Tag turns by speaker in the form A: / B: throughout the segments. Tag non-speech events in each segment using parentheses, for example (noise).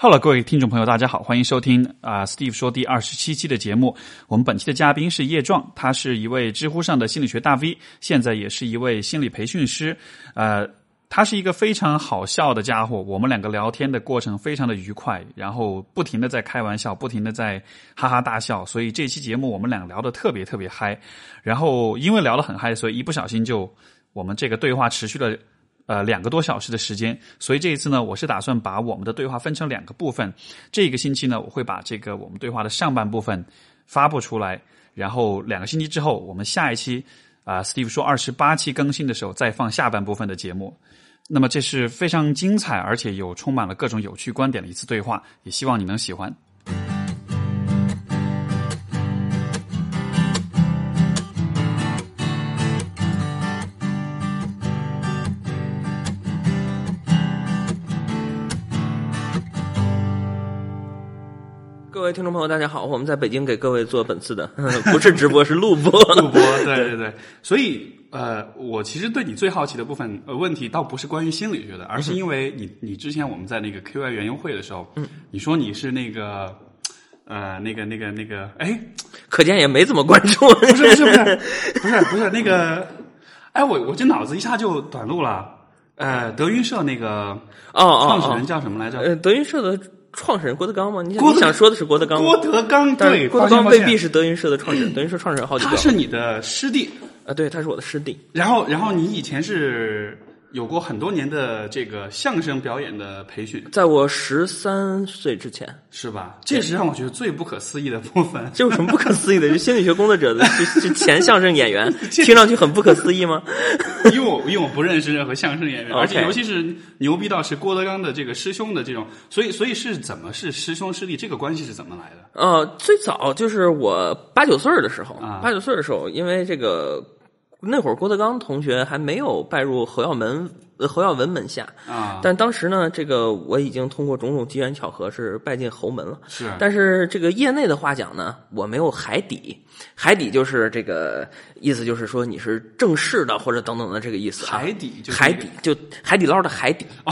A: Hello，各位听众朋友，大家好，欢迎收听啊、s t e v e 说第二十七期的节目。我们本期的嘉宾是叶壮，他是一位知乎上的心理学大 V，现在也是一位心理培训师。呃，他是一个非常好笑的家伙，我们两个聊天的过程非常的愉快，然后不停的在开玩笑，不停的在哈哈大笑，所以这期节目我们俩聊的特别特别嗨。然后因为聊得很嗨，所以一不小心就我们这个对话持续了。呃，两个多小时的时间，所以这一次呢，我是打算把我们的对话分成两个部分。这个星期呢，我会把这个我们对话的上半部分发布出来，然后两个星期之后，我们下一期啊、s t e v e 说二十八期更新的时候再放下半部分的节目。那么这是非常精彩，而且有充满了各种有趣观点的一次对话，也希望你能喜欢。
B: 各位听众朋友，大家好，我们在北京给各位做本次的 (laughs) 不是直播是录播，
A: (laughs)
B: (laughs)
A: 录播，对对对。所以呃，我其实对你最好奇的部分呃问题，倒不是关于心理学的，而
B: 嗯
A: 是因为你你之前我们在那个 QY 园游会的时候，你说你是那个呃那个那个那个，哎，
B: 可见也没怎么关注。
A: 不是不是不是不是不是那个，哎，我我这脑子一下就短路了。呃，德云社那个
B: (laughs) 哦
A: 创始
B: 哦
A: 人叫什么来着？
B: 哦，呃，德云社的创始人郭德纲吗？你
A: 郭德
B: 想你想说的是郭德纲吗
A: 郭？德纲，
B: 但
A: 对，
B: 是郭德
A: 发现
B: 纲
A: 发
B: 未
A: 现
B: 必是德云社的创
A: (clears throat)
B: 始人，德云社创始人好几
A: 他
B: 个
A: 是你的师弟。
B: 啊，对，他是我的师弟。
A: 然后，然后你以前是有过很多年的这个相声表演的培训，
B: 在我十三岁之前， (laughs)
A: 是吧？这是让我觉得最不可思议的部分。 (laughs)
B: 这有什么不可思议的？就心理学工作者的，就就前相声
A: (laughs)
B: 演员，听上去很不可思议吗？
A: 因为我因为我不认识任何相声演员，
B: OK
A: 而且尤其是牛逼到是郭德纲的这个师兄的这种，所以所以是怎么是师兄师弟这个关系是怎么来的？
B: 呃，最早就是我八九岁儿的时候
A: 啊，
B: 八九岁儿的时候，因为这个那会儿郭德纲同学还没有拜入侯耀门呃侯耀文门下，
A: 啊，
B: 但当时呢，这个我已经通过种种机缘巧合是拜进侯门了。
A: 是
B: 但是这个业内的话讲呢，我没有海底，海底就是这个意思，就是说你是正式的或者等等的这个意思啊。
A: 海底就是哦
B: 海底就海底捞的海底， (laughs)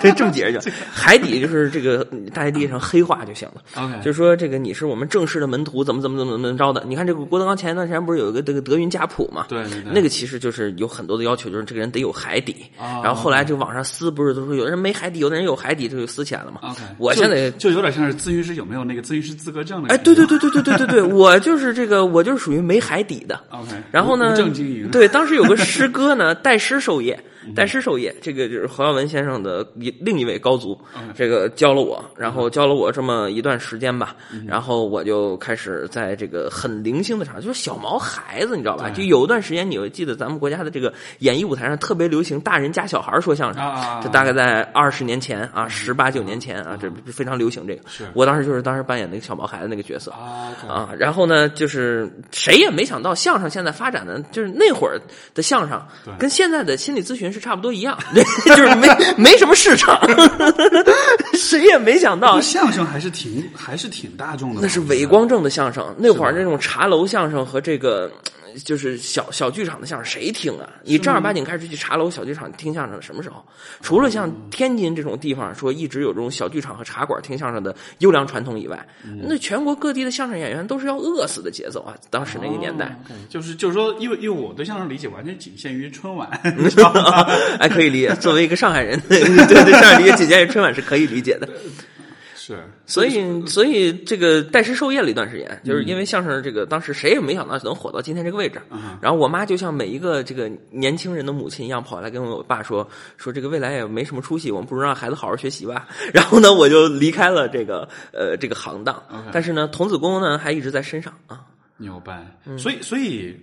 B: 对，这么
A: (laughs)
B: 解释就海底就是这个大家地上黑话就行了。
A: OK，
B: 就是说这个你是我们正式的门徒，怎么怎么怎么怎么着的？你看这个郭德纲前一段时间不是有一个这个德云家谱嘛？
A: 对对对
B: 那个其实就是有很多的要求，就是这个人得有海底。
A: 哦
B: 然后后来这个网上撕不是都说有的人没海底，有的人有海底，这就撕起来了嘛。
A: OK，
B: 我
A: 就
B: 现在
A: 就有点像是咨询师有没有那个咨询师资格证的？
B: 哎，对对对对对对对对，我就是这个，我就是属于没海底的。
A: ，OK，
B: 然后呢
A: 无证经 (laughs) 营，
B: (laughs) 对，当时有个师哥呢，戴师授业，戴师授业，这个就是侯耀文先生的一另一位高足，
A: 嗯
B: 这个教了我，然后教了我这么一段时间吧，
A: 嗯
B: 然后我就开始在这个很零星的场合，就是小毛孩子，你知道吧？就有一段时间，你会记得咱们国家的这个演艺舞台上特别流行大人加小孩说相声
A: 啊啊啊，
B: 这大概在二十年前啊，十八九年前啊，这非常流行这个
A: 是。
B: 我当时就是当时扮演那个小毛孩子那个角色，
A: 啊，OK，
B: 啊，然后呢，就是谁也没想到相声现在发展的，就是那会儿的相声
A: 对
B: 跟现在的心理咨询是差不多一样， (laughs) 就是没没什么市场， (laughs) 谁也没想到
A: 那。相声还是挺还是挺大众的吧，
B: 那是伪光正的相声，那会儿那种茶楼相声和这个呃就是小小剧场的相声，谁听啊？你正儿八经开始去茶楼、小剧场听相声，什么时候？除了像天津这种地方说一直有这种小剧场和茶馆听相声的优良传统以外，那全国各地的相声演员都是要饿死的节奏啊！当时那个年代，
A: 哦，OK，就是就是说，因为因为我对相声理解完全仅限于春晚，
B: 嗯
A: (laughs) 你知道吗？
B: (laughs) 哎，可以理解。作为一个上海人， (laughs) 对对，上海理解姐姐春晚是可以理解的。
A: 是
B: 所以，嗯所以这个拜师授业了一段时间，就是因为相声这个当时谁也没想到能火到今天这个位置。然后我妈就像每一个这个年轻人的母亲一样，跑来跟我爸说说这个未来也没什么出息，我们不如让孩子好好学习吧。 (laughs) 然后呢，我就离开了这个呃这个行当
A: OK。
B: 但是呢，童子功呢还一直在身上啊。
A: 牛掰。
B: 嗯
A: 所以，所以，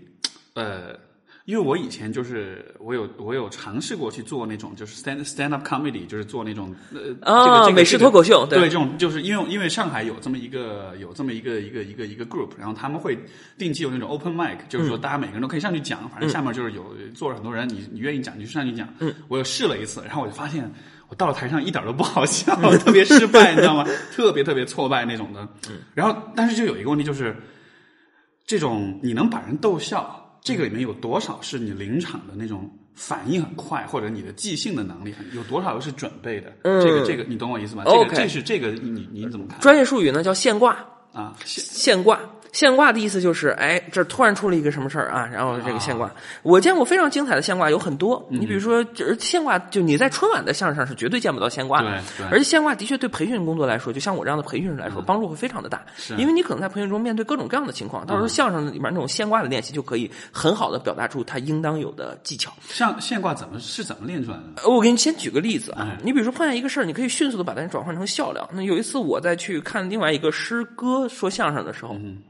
A: 呃，因为我以前就是我有我有尝试过去做那种就是 stand stand up comedy，就是做那种呃、
B: 啊
A: 这个这个
B: 美式脱口秀
A: 这个
B: 对
A: 对这种就是因为因为上海有这么一个有这么一个一个一个一个 group，然后他们会定期有那种 open mic，就是
B: 嗯
A: 说大家每个人都可以上去讲，反正下面就是有坐着很多人，你你愿意讲你就上去讲。嗯，我有试了一次，然后我就发现。我到了台上一点都不好笑，
B: (laughs)
A: 特别失败，你知道吗？特别特别挫败那种的。
B: 嗯
A: 然后，但是就有一个问题就是，这种你能把人逗笑，这个里面有多少是你临场的那种反应很快，或者你的即兴的能力很有多少是准备的？
B: 嗯
A: 这个这个，你懂我意思吗？这个
B: OK
A: 这是这个你你怎么看
B: 专业术语呢叫现挂，
A: 啊？现
B: 现挂。现挂的意思就是，哎，这儿突然出了一个什么事儿啊，然后这个现挂，我见过非常精彩的现挂有很多。你比如说，这现挂就你在春晚的相声上是绝对见不到现挂的，
A: 对对
B: 而且现挂的确对培训工作来说，就像我这样的培训人来说，帮助会非常的大，因为你可能在培训中面对各种各样的情况，到时候相声里面那种现挂的练习就可以很好的表达出它应当有的技巧。
A: 像现挂怎么是怎么练出来的呢？
B: 呃，我给你先举个例子啊
A: 哎，
B: 你比如说碰见一个事儿，你可以迅速的把它转换成笑料。那有一次我在去看另外一个师哥说相声的时候，
A: 嗯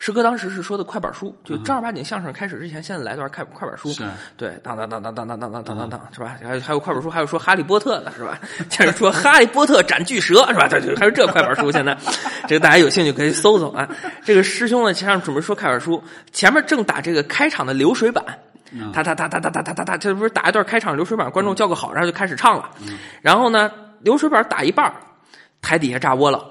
B: 师哥当时是说的快板书，就正儿八经相声开始之前，先来段快快板书，
A: 是嗯
B: 对，当当当当当当当当当当当，是吧？还有还有快板书，还有说哈利波特的是吧？ (laughs) 接着说哈利波特斩巨蛇是吧？这就还有这快板书，现在这个大家有兴趣可以搜搜啊。这个师兄呢，前面准备说快板书，前面正打这个开场的流水板。
A: 嗯
B: 哒哒哒哒哒哒哒哒哒，这不是打一段开场流水板，观众叫个好，然后就开始唱了。然后呢，流水板打一半儿，台底下炸窝了。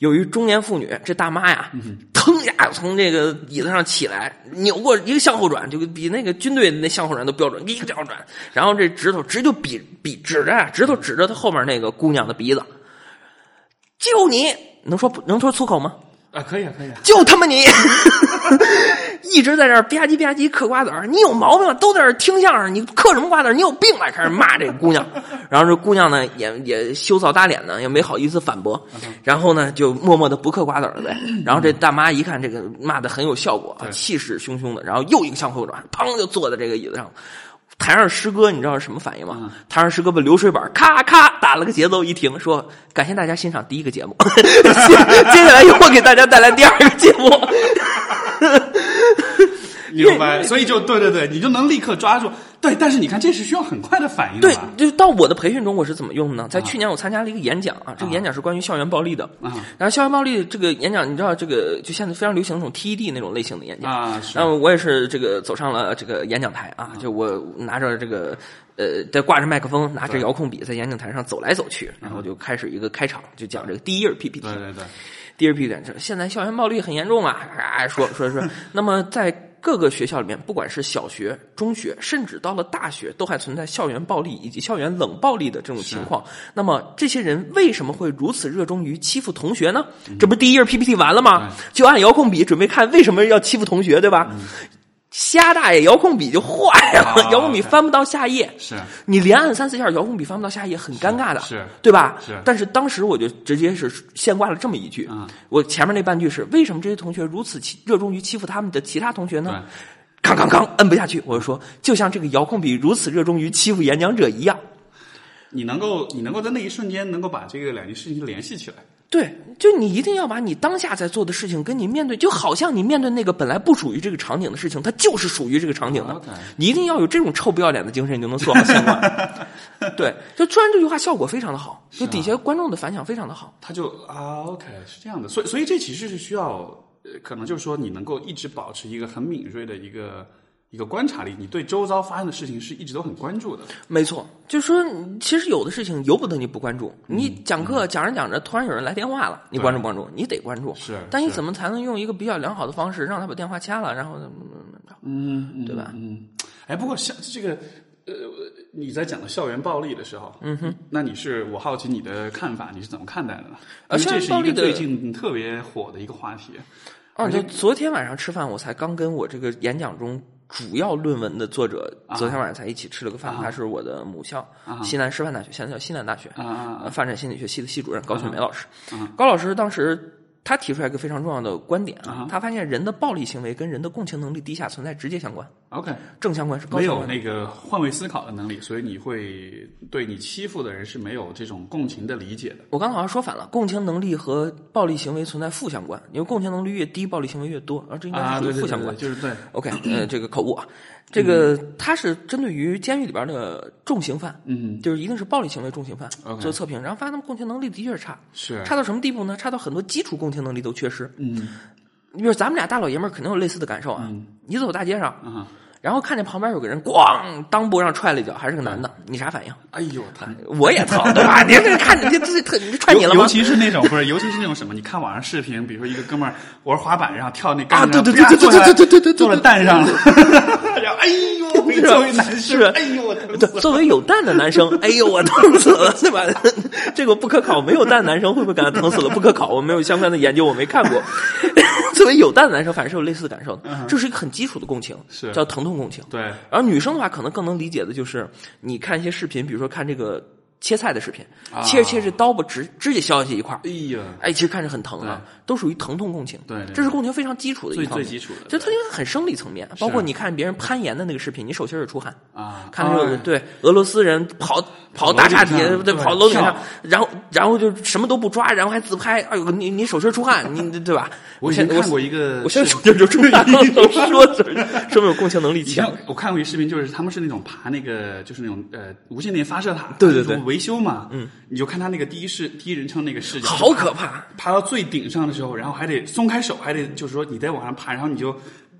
B: 有一中年妇女，这大妈呀，腾一下从这个椅子上起来，扭过一个向后转，就比那个军队的那向后转都标准，一个向后转，然后这指头直接就比比指着啊，指头指着她后面那个姑娘的鼻子，就你能说不能说粗口吗？
A: 啊，可以啊，可以啊，
B: 就他妈你， (laughs) 一直在这儿吧唧吧唧嗑瓜子儿，你有毛病吧？啊都在这儿听相声，你嗑什么瓜子儿？你有病吧？开始骂这个姑娘，然后这姑娘呢也也羞臊搭脸呢，也没好意思反驳，然后呢就默默的不嗑瓜子儿了呗。然后这大妈一看这个骂的很有效果啊，气势汹汹的，然后又一个向后转，砰就坐在这个椅子上了。台上师哥，你知道是什么反应吗？台上师哥把流水板咔咔打了个节奏，一停，说：“感谢大家欣赏第一个节目，接接下来由我给大家带来第二个节目。
A: (laughs) 明白。所以就对对对，你就能立刻抓住。对，但是你看，这是需要很快的反应”的
B: 对
A: 吧，？
B: 就到我的培训中，我是怎么用的呢？在去年我参加了一个演讲啊，这个演讲是关于校园暴力的。
A: 啊
B: 然后校园暴力这个演讲，你知道这个就现在非常流行那种 TED 那种类型的演讲
A: 啊是
B: 然后我也是这个走上了这个演讲台啊，就我拿着这个呃，在挂着麦克风，拿着遥控笔在演讲台上走来走去，然后就开始一个开场，就讲这个第一页 PPT
A: 对。对对，
B: 第二批点，这现在校园暴力很严重啊！啊，说说说。那么在各个学校里面，不管是小学、中学，甚至到了大学，都还存在校园暴力以及校园冷暴力的这种情况。那么这些人为什么会如此热衷于欺负同学呢？这不第一页 PPT 完了吗？就按遥控笔准备看为什么要欺负同学，对吧？瞎大爷，遥控笔就坏了，
A: 啊
B: 遥控笔翻不到下页。
A: 是
B: 你连按三四下遥控笔翻不到下一页，很尴尬的，
A: 是是
B: 对吧？
A: 是
B: 但是当时我就直接是现挂了这么一句，
A: 嗯
B: 我前面那半句是为什么这些同学如此欺热衷于欺负他们的其他同学
A: 对
B: 呢？康康康，摁不下去，我就说，就像这个遥控笔如此热衷于欺负演讲者一样。
A: 你能够你能够在那一瞬间能够把这个两件事情联系起来。
B: 对，就你一定要把你当下在做的事情跟你面对，就好像你面对那个本来不属于这个场景的事情，它就是属于这个场景的
A: 哦 OK。
B: 你一定要有这种臭不要脸的精神，你就能做好相关。
A: (laughs)
B: 对，就突然这句话效果非常的好，
A: 啊
B: 就底下观众的反响非常的好。
A: 他就啊，OK，是这样的，所以所以这其实是需要，呃，可能就是说你能够一直保持一个很敏锐的一个一个观察力，你对周遭发生的事情是一直都很关注的。
B: 没错，就是说，其实有的事情由不得你不关注。你
A: 嗯
B: 讲课讲着讲着，突然有人来电话了，你关注不关注？你得关注。
A: 是
B: 但你
A: 是
B: 怎么才能用一个比较良好的方式让他把电话掐了，然后怎么怎么怎么着？
A: 嗯，
B: 对吧
A: 嗯，哎，不过像这个，呃，你在讲到校园暴力的时候，嗯哼，那你是我好奇你的看法，你是怎么看待的呢？
B: 呃
A: 因为这
B: 校园
A: 是
B: 暴
A: 一
B: 力
A: 个最
B: 的
A: 近特别火的一个话题。
B: 哦，就昨天晚上吃饭，我才刚跟我这个演讲中主要论文的作者，
A: 啊
B: 昨天晚上才一起吃了个饭。他是我的母校，西南师范大学，现在叫西南大学，
A: 啊啊
B: 呃发展心理学系的系主任高雪梅老师。高老师当时。他提出来一个非常重要的观点啊，他发现人的暴力行为跟人的共情能力低下存在直接相关，
A: OK，
B: 正相关是高
A: 没
B: 相
A: 有
B: 关。
A: 那个换位思考的能力，所以你会对你欺负的人是没有这种共情的理解的。
B: 我刚才好像说反了，共情能力和暴力行为存在负相关，因为共情能力越低，暴力行为越多，而这应该
A: 啊，
B: 是属
A: 对
B: 于
A: 对
B: 负相
A: 对，
B: 关
A: 对。就是对， (clears throat)
B: OK，呃，这个口误啊，这个他是针对于监狱里边的重刑犯，
A: 嗯，
B: 就是一定是暴力行为重刑犯
A: OK
B: 做测评，然后发现他们共情能力的确是差，
A: 是，
B: 差到什么地步呢？差到很多基础共情能力都缺失。
A: 嗯
B: 你比如咱们俩大老爷们儿肯定有类似的感受啊，你走大街上，
A: 啊，
B: 然后看见旁边有个人咣当脖上踹了一脚，还是个男的，你啥反应？
A: 哎呦，他
B: 我也疼，对
A: (laughs)
B: 吧？你这看着这这特，你这踹你
A: 尤
B: 了吗
A: 尤？其是那种不是，尤其是那种什么，你看网上视频，比如说一个哥们儿玩滑板，然后跳那杆
B: 啊
A: 子
B: 对对
A: 然后
B: 对对
A: 啪
B: (laughs) 对对对对对对对
A: 坐在坐在蛋上了，然后哎呦，你作为男生，
B: 是啊
A: 哎呦我疼死
B: 对，
A: 了。
B: 作为有蛋的男生，哎呦，我疼死了，对吧？这个不可考，没有蛋男生会不会感到疼死了？不可考，我没有相关的研究，我没看过。 (laughs) 作为有蛋的男生，反正是有类似的感受的，这是一个很基础的共情，
A: 嗯是
B: 叫疼痛共情。
A: 对，
B: 然后女生的话，可能更能理解的就是，你看一些视频，比如说看这个切菜的视频，
A: 啊
B: 切着切着刀把指指甲削下去一块儿，
A: 哎呀，
B: 哎，其实看着很疼啊，都属于疼痛共情。
A: 对对对
B: 这是共情非常基础的一
A: 最
B: 方面
A: 最基础的
B: 就它因为很生理层面，包括你看别人攀岩的那个视频，你手心儿也出汗
A: 啊
B: 看那
A: 哎
B: 种对俄罗斯人跑跑
A: 楼
B: 大
A: 顶
B: 闸梯
A: 上，
B: 对，
A: 对
B: 跑楼顶上
A: 跳，
B: 然后然后就什么都不抓，然后还自拍，哎呦，你你手心儿出汗，你对吧？
A: 我以
B: 现
A: 前
B: 在我
A: 看过一个，
B: 我现在手心儿就出汗了，
A: (laughs)
B: 说的是说明我共情能力
A: 以前
B: 强。
A: 我看过一个视频，就是他们是那种爬那个，就是那种呃无线电发射塔，
B: 对
A: 就
B: 对
A: 是
B: 对
A: 维修嘛，嗯，你就看他那个第一视第一人称那个视角，
B: 好可怕！
A: 爬到最顶上的时候，然后还得松开手，还得就是说你再往上爬，然后你就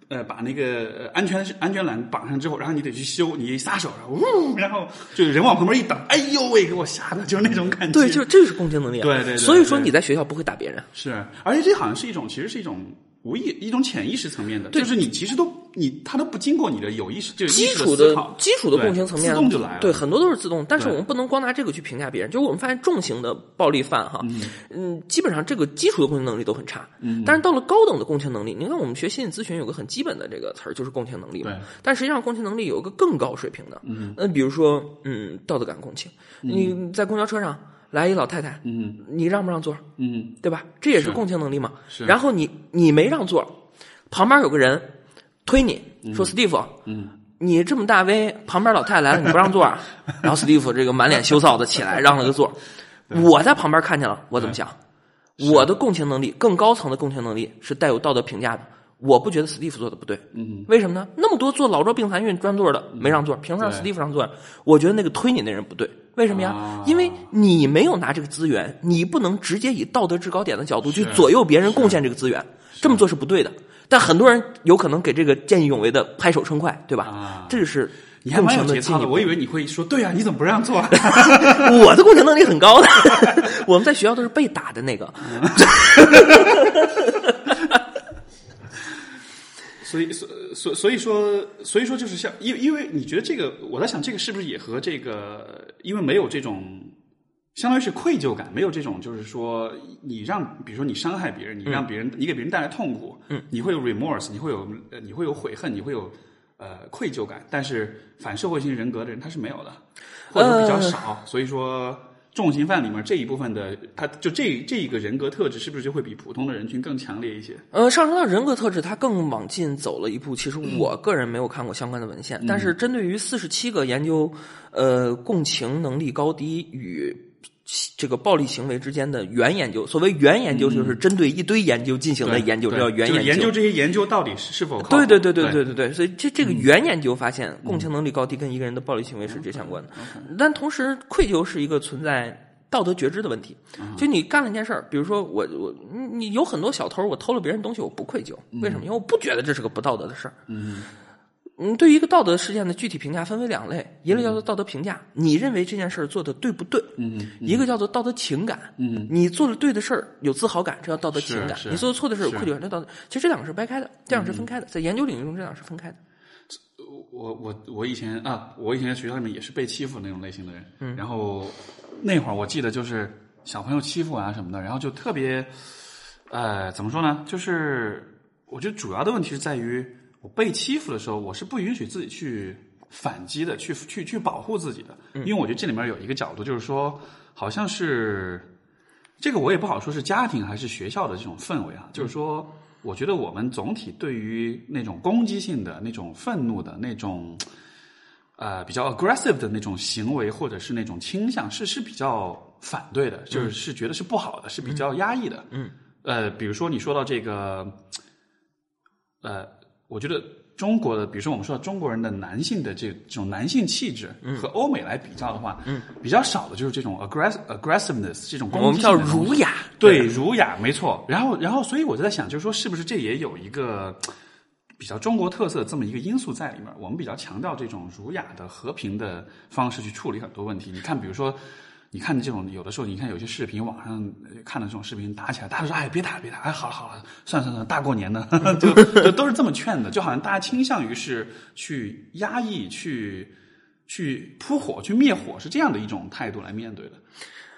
A: 呃把那个呃安全安全栏绑上之后，然后你得去修，你一撒手，然后呜，然后就人往旁边一挡，哎呦喂，给我吓的，就是那种感觉。
B: 对，就是这是共情能力啊。
A: 对对对
B: 所以说
A: 对
B: 你在学校不会打别人，
A: 是，而且这好像是一种，其实是一种无意一种潜意识层面的，就是你其实都你他都不经过你的有意识，就是
B: 基
A: 意识
B: 础
A: 的思
B: 的
A: 考
B: 基础的
A: 对
B: 共情层面
A: 自动就来了。
B: 对，很多都是自动。但是
A: 对
B: 我们不能光拿这个去评价别人。就是我们发现重型的暴力犯哈，嗯，基本上这个基础的共情能力都很差。嗯，但是到了高等的共情能力，你看我们学心理咨询有个很基本的这个词儿就是共情能力嘛
A: 对。
B: 但实际上共情能力有一个更高水平的，嗯，那比如说嗯，道德感共情，你在公交车上来一老太太，
A: 嗯
B: 你让不让座？
A: 嗯，
B: 对吧？这也
A: 是
B: 是共情能力嘛。
A: 是
B: 然后你你没让座，旁边有个人推你说 Steve，
A: 嗯，
B: 你这么大威，旁边老太太来了，你不让座啊？然后 Steve 这个满脸羞臊的起来让了个座。我在旁边看见了，我怎么想？我的共情能力，更高层的共情能力是带有道德评价的。我不觉得 Steve 做的不对，
A: 嗯，
B: 为什么呢？那么多做老弱病残孕专座的没让座，凭什么让
A: 对
B: Steve 让座？我觉得那个推你那人不对，为什么呀
A: 啊？
B: 因为你没有拿这个资源，你不能直接以道德制高点的角度去左右别人贡献这个资源，这么做是不对的。但很多人有可能给这个见义勇为的拍手称快，对吧？
A: 啊
B: 这就是
A: 你还
B: 共
A: 蛮有
B: 情
A: 节
B: 的进
A: 操
B: 一
A: 的，
B: 步。
A: 我以为你会说对啊，你怎么不让座啊？
B: 我的共情能力很高的， (laughs) 我们在学校都是被打的那个。
A: 所以，所所所以说，所以说就是像，因为因为你觉得这个，我在想这个是不是也和这个，因为没有这种，相当于是愧疚感，没有这种，就是说你让，比如说你伤害别人，你让别人，你给别人带来痛苦，嗯，你会有 remorse，你会有呃你会有悔恨，你会有呃愧疚感，但是反社会性人格的人他是没有的，或者说比较少，所以说。重刑犯里面这一部分的，他就这这一个人格特质，是不是就会比普通的人群更强烈一些？
B: 呃，上升到人格特质，它更往近走了一步。其实
A: 嗯
B: 我个人没有看过相关的文献，但是针对于四十七个研究，呃，共情能力高低与这个暴力行为之间的原研究，所谓原研究就是针对一堆研究进行的
A: 嗯对
B: 研究，这
A: 对
B: 叫原
A: 就是
B: 研
A: 研
B: 究
A: 究。这些研究到底是是否靠嗯
B: 对
A: 谱
B: 对对对对对对，所以这这个原研究发现，共情能力高低跟一个人的暴力行为是直接相关的。
A: 嗯
B: 但同时，愧疚是一个存在道德觉知的问题。
A: 嗯
B: 就你干了一件事儿，比如说我我你你有很多小偷，我偷了别人东西，我不愧疚，
A: 嗯
B: 为什么？因为我不觉得这是个不道德的事儿。嗯。对于一个道德事件的具体评价分为两类，一类叫做道德评价，你认为这件事儿做的对不对？
A: 嗯，
B: 一个叫做道德情感，嗯，你做了对的事儿有自豪感，这叫道德情感；
A: 是是
B: 你做了错的事儿有
A: 是
B: 愧疚感，这叫道德。其实这两个是掰开的，这两个是分开的，在研究领域中，这两个是分开的。
A: 我我我以前啊，我以前在学校里面也是被欺负那种类型的人。嗯，然后那会儿我记得就是小朋友欺负啊什么的，然后就特别，呃，怎么说呢？就是我觉得主要的问题是在于我被欺负的时候，我是不允许自己去反击的，去去去保护自己的，
B: 嗯
A: 因为我觉得这里面有一个角度就是说，好像是这个我也不好说是家庭还是学校的这种氛
B: 嗯
A: 围啊，就是说，我觉得我们总体对于那种攻击性的、那种愤怒的、那种呃比较 aggressive 的那种行为或者是那种倾向是是比较反对的，就是是觉得是不好的，是比较压抑的。
B: 嗯，
A: 呃，比如说你说到这个，呃，我觉得中国的，比如说我们说到中国人的男性的这这种男性气质
B: 嗯
A: 和欧美来比较的话，嗯，比较少的就是这种 aggress aggressiveness 这种攻
B: 我们
A: 击性
B: 叫
A: 的东西
B: 儒雅，
A: 对，儒雅没错。然后，然后，所以我就在想，就是说，是不是这也有一个呃比较中国特色的这么一个因素在里面？我们比较强调这种儒雅的、和平的方式去处理很多问题。你看，比如说。你看这种有的时候，你看有些视频，网上呃看的这种视频打起来，大家说哎别打了别打了，哎好了好了，算了算了，大过年的， (laughs) 就就都是这么劝的，就好像大家倾向于是去压抑、去去扑火、去灭火，是这样的一种态度来面
B: (laughs)
A: 对的。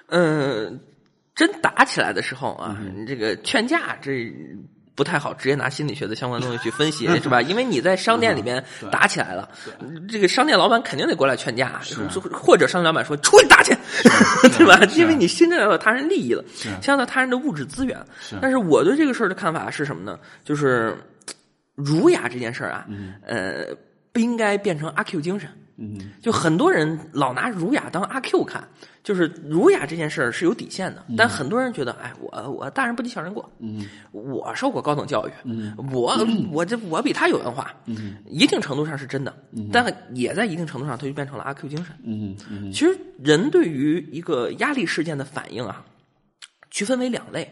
B: 嗯，真打起来的时候啊，这个劝架这不太好，直接拿心理学的相关东西去分析，是吧？因为你在商店里面打起来了，嗯这个商店老板肯定得过来劝架，或者商店老板说出去打去， (laughs) 对吧？因为你侵占到他人利益了，侵占到他人的物质资源。
A: 嗯
B: 但是我对这个事儿的看法是什么呢？就是儒雅这件事儿啊，呃，不应该变成阿 Q 精神。
A: 嗯
B: 就很多人老拿儒雅当阿 Q 看，就是儒雅这件事儿是有底线的，但很多人觉得，哎，我我大人不计小人过，
A: 嗯
B: 我受过高等教育，我我这我比他有文化，一定程度上是真的，但也在一定程度上，他就变成了阿 Q 精神。
A: 嗯嗯
B: 其实人对于一个压力事件的反应啊，区分为两类，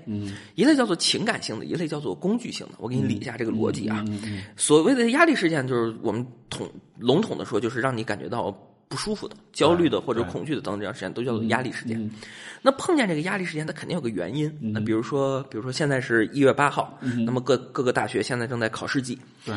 B: 一类叫做情感性的，一类叫做工具性的。我给你理一下这个逻辑啊。所谓的压力事件，就是我们统笼统的说，就是让你感觉到不舒服的、焦虑的或者恐惧的等等这样事件，都叫做压力事件。那碰见这个压力事件，它肯定有个原因。那比如说，比如说现在是一月八号，那么各各个大学现在正在考试季，
A: 对，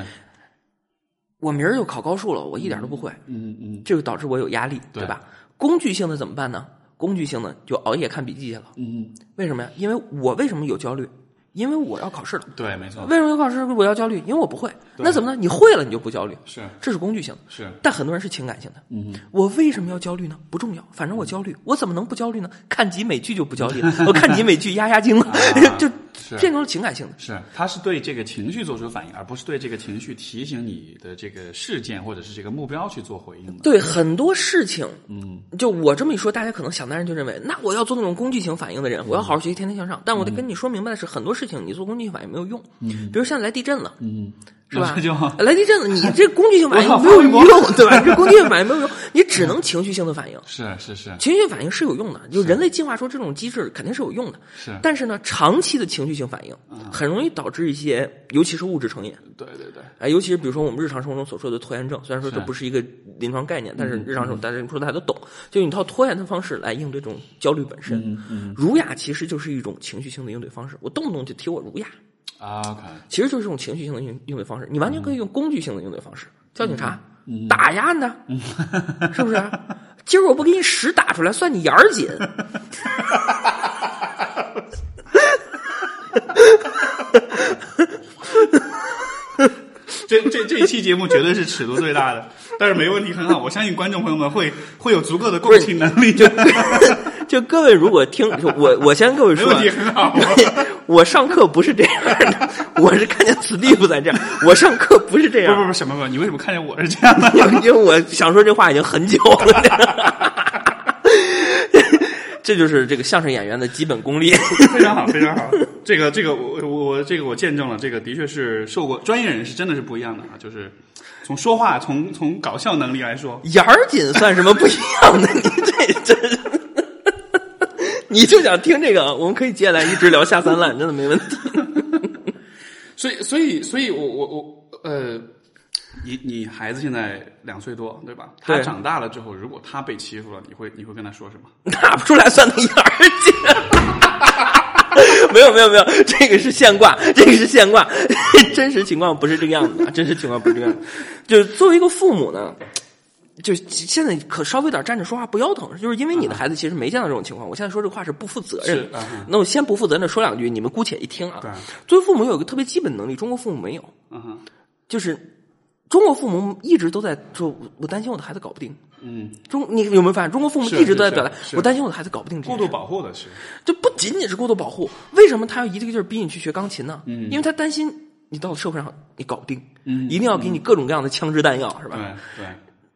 B: 我明儿就考高数了，我一点都不会。
A: 嗯嗯
B: 这就导致我有压力，对吧？工具性的怎么办呢？工具性的就熬夜看笔记去了。
A: 嗯，
B: 为什么呀？因为我为什么有焦虑？因为我要考试了。
A: 对，没错，
B: 为什么有考试我要焦虑？因为我不会。那怎么呢？你会了你就不焦虑，
A: 是
B: 这是工具性的。
A: 是，
B: 但很多人是情感性的。
A: 嗯
B: 我为什么要焦虑呢？不重要，反正我焦虑，我怎么能不焦虑呢？看几美剧就不焦 (laughs) 虑了，我看几美剧压压惊了，啊 (laughs) 就是变成了情感性的。
A: 是，他是对这个情绪做出反应，而不是对这个情绪提醒你的这个事件或者是这个目标去做回应的。
B: 对很多事情，
A: 嗯，
B: 就我这么一说，大家可能想当然就认为，那我要做那种工具型反应的人，我要好好学习，天天向上。但我得
A: 嗯
B: 跟你说明白的是，很多事情你做工具性反应没有用。嗯，比如现在来地震了，
A: 嗯，
B: 是吧
A: 那就？ (laughs)
B: 来地震了，你这工具性反
A: 我靠
B: 应没有
A: 发微
B: 用，对吧？你这工具性反应没有用，你只能情绪性的反应。
A: 是是是
B: 情绪反应是有用的，就人类进化出这种机制肯定是有用的。
A: 是，啊
B: 但是呢，长期的情绪性反应很容易导致一些，尤其是物质成瘾。
A: 对对对，
B: 哎，尤其是比如说我们日常生活中所说的拖延症，虽然说这
A: 是
B: 不是一个临床概念，但是日常中大家说大家都懂，就你靠拖延的方式来应对这种焦虑本身。儒雅其实就是一种情绪性的应对方式，我动不动就提我儒雅，
A: 啊，OK，
B: 其实就是一种情绪性的应应对方式。你完全可以用工具性的应对方式，叫警察、打压你的，是不是？今儿我不给你屎打出来，算你眼儿紧。
A: 这这这一期节目绝对是尺度最大的，但是没问题，很好，我相信观众朋友们会会有足够的共情能力的，
B: (laughs) 就各位如果听，就我我先跟各位
A: 没
B: 说啊，
A: 问题，很好。
B: (laughs) 我上课不是这样的，我是看见 Steve 在这样，我上课不是这
A: (laughs) 不不
B: 样，
A: 不，什么不？你为什么看见我是这样的？
B: (laughs) 因为我想说这话已经很久了。 (laughs) 这就是这个相声演员的基本功力。
A: (laughs) 非常好，非常好。这个这个我我我这个我见证了，这个的确是受过专业人士真的是不一样的啊，就是从说话从从搞笑能力来说，
B: 眼儿紧算什么不一样的？你这 (laughs) 真是，你就想听这个啊？我们可以接下来一直聊下三滥，真的没问题。
A: 所以所以所以我我我呃，你你孩子现在两岁多对吧？他
B: 对
A: 长大了之后，如果他被欺负了，你会你会跟他说什么？
B: (laughs) 打不出来算他眼儿紧。 (laughs) 没有没有没有，这个是现挂，这个是现挂， (laughs) 真实情况不是这个样子，啊，真实情况不是这个样子。就是作为一个父母呢，就现在可稍微有点站着说话不腰疼，就是因为你的孩子其实没见到这种情况。我现在说这话是不负责任的
A: 是啊哈。
B: 那我先不负责任的说两句，你们姑且一听啊
A: 对。
B: 作为父母有一个特别基本能力，中国父母没有，
A: 嗯哼，
B: 就是中国父母一直都在说，我我担心我的孩子搞不定。
A: 嗯，
B: 中你有没有发现，中国父母
A: 是
B: 一直都在
A: 是
B: 表达
A: 是，是
B: 我担心我的孩子搞不定这
A: 过
B: 件
A: 度
B: 事。
A: 保护的是，
B: 这不仅仅是过度保护，为什么他要一个劲儿逼你去学钢琴呢？
A: 嗯
B: 因为他担心你到了社会上你搞不定，一定要给你各种各样的枪支弹药，是
A: 对
B: 吧？
A: 对，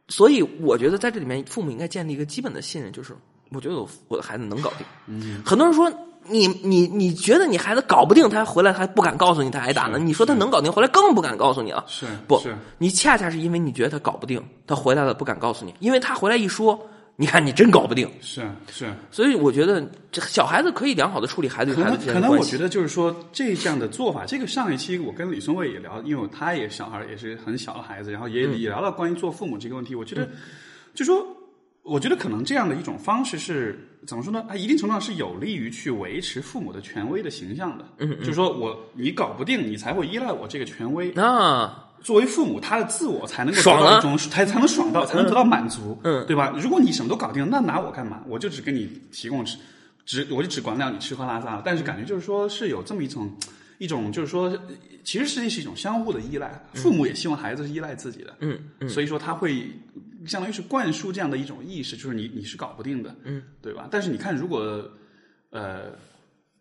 B: 所以我觉得在这里面，父母应该建立一个基本的信任，就是我觉得我我的孩子能搞定。
A: 嗯
B: 很多人说你你你觉得你孩子搞不定，他回来还不敢告诉你他挨打呢，
A: 是
B: 你说他能搞定，回来更不敢告诉你了。
A: 是
B: 不
A: 是，
B: 你恰恰是因为你觉得他搞不定，他回来了不敢告诉你，因为他回来一说，你看你真搞不定。
A: 是是。
B: 所以我觉得，这小孩子可以良好的处理孩子与
A: 可
B: 孩
A: 能
B: 子之
A: 可
B: 间的
A: 能，我
B: 关
A: 觉
B: 系。
A: 得就是说这样的做法，这个上一期我跟李松蔚也聊，因为他嗯也小孩，也是很小的孩子，然后也、也聊到关于做父母这个问题。我觉得，就说我觉得可能这样的一种方式是怎么说呢？它一定程度上是有利于去维持父母的权威的形象的。嗯，就是说我你搞不定，你才会依赖我这个权威。
B: 啊，
A: 作为父母，他的自我才能够
B: 爽
A: 得到
B: 了
A: 一种，才才能爽到，才能得到满足，
B: 嗯
A: 对吧？如果你什么都搞定了，那拿我干嘛？我就只给你提供只只，我就只管了你吃喝拉撒了。但是感觉就是说是有这么一种一种，就是说，其实实际是一种相互的依赖，父母也希望孩子是依赖自己的，
B: 嗯嗯，
A: 所以说他会相当于是灌输这样的一种意识，就是你你是搞不定的，
B: 嗯，
A: 对吧？但是你看，如果呃，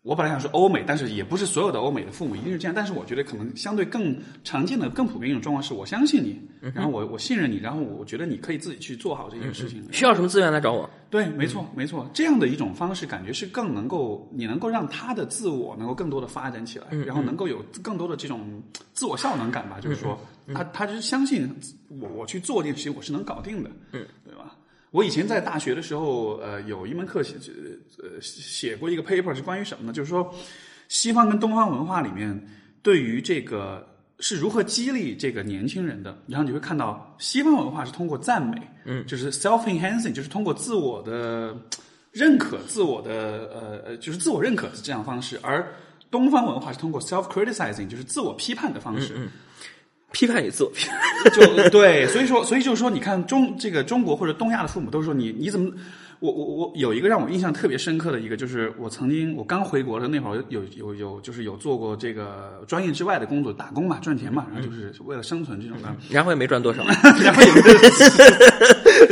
A: 我本来想说欧美，但是也不是所有的欧美的父母一定是这样，但是我觉得可能相对更常见的、更普遍一种状况是，我相信你，
B: 嗯
A: 然后我我信任你，然后我觉得你可以自己去做好这件事情。
B: 需要什么资源来找我？
A: 对，没错，没错，这样的一种方式，感觉是更能够你能够让他的自我能够更多的发展起来，然后能够有更多的这种自我效能感吧，就是说，他他就是相信我，我去做这件事情，我是能搞定的，嗯，对吧？我以前在大学的时候，呃，有一门课写呃写过一个 paper 是关于什么呢？就是说，西方跟东方文化里面对于这个是如何激励这个年轻人的。然后你会看到，西方文化是通过赞美，嗯，就是 self enhancing，就是通过自我的认可、自我的呃呃，就是自我认可的这样的方式，而东方文化是通过 self criticizing，就是自我批判的方式。
B: 批判与自我批判。
A: 就对，所以说，所以就是说，你看中这个中国或者东亚的父母都说你你怎么，我我我有一个让我印象特别深刻的一个，就是我曾经我刚回国的那会儿有有有就是有做过这个专业之外的工作，打工嘛，赚钱嘛，然后就是为了生存这种的， (laughs)
B: 然后也没赚多少，
A: 然后也没有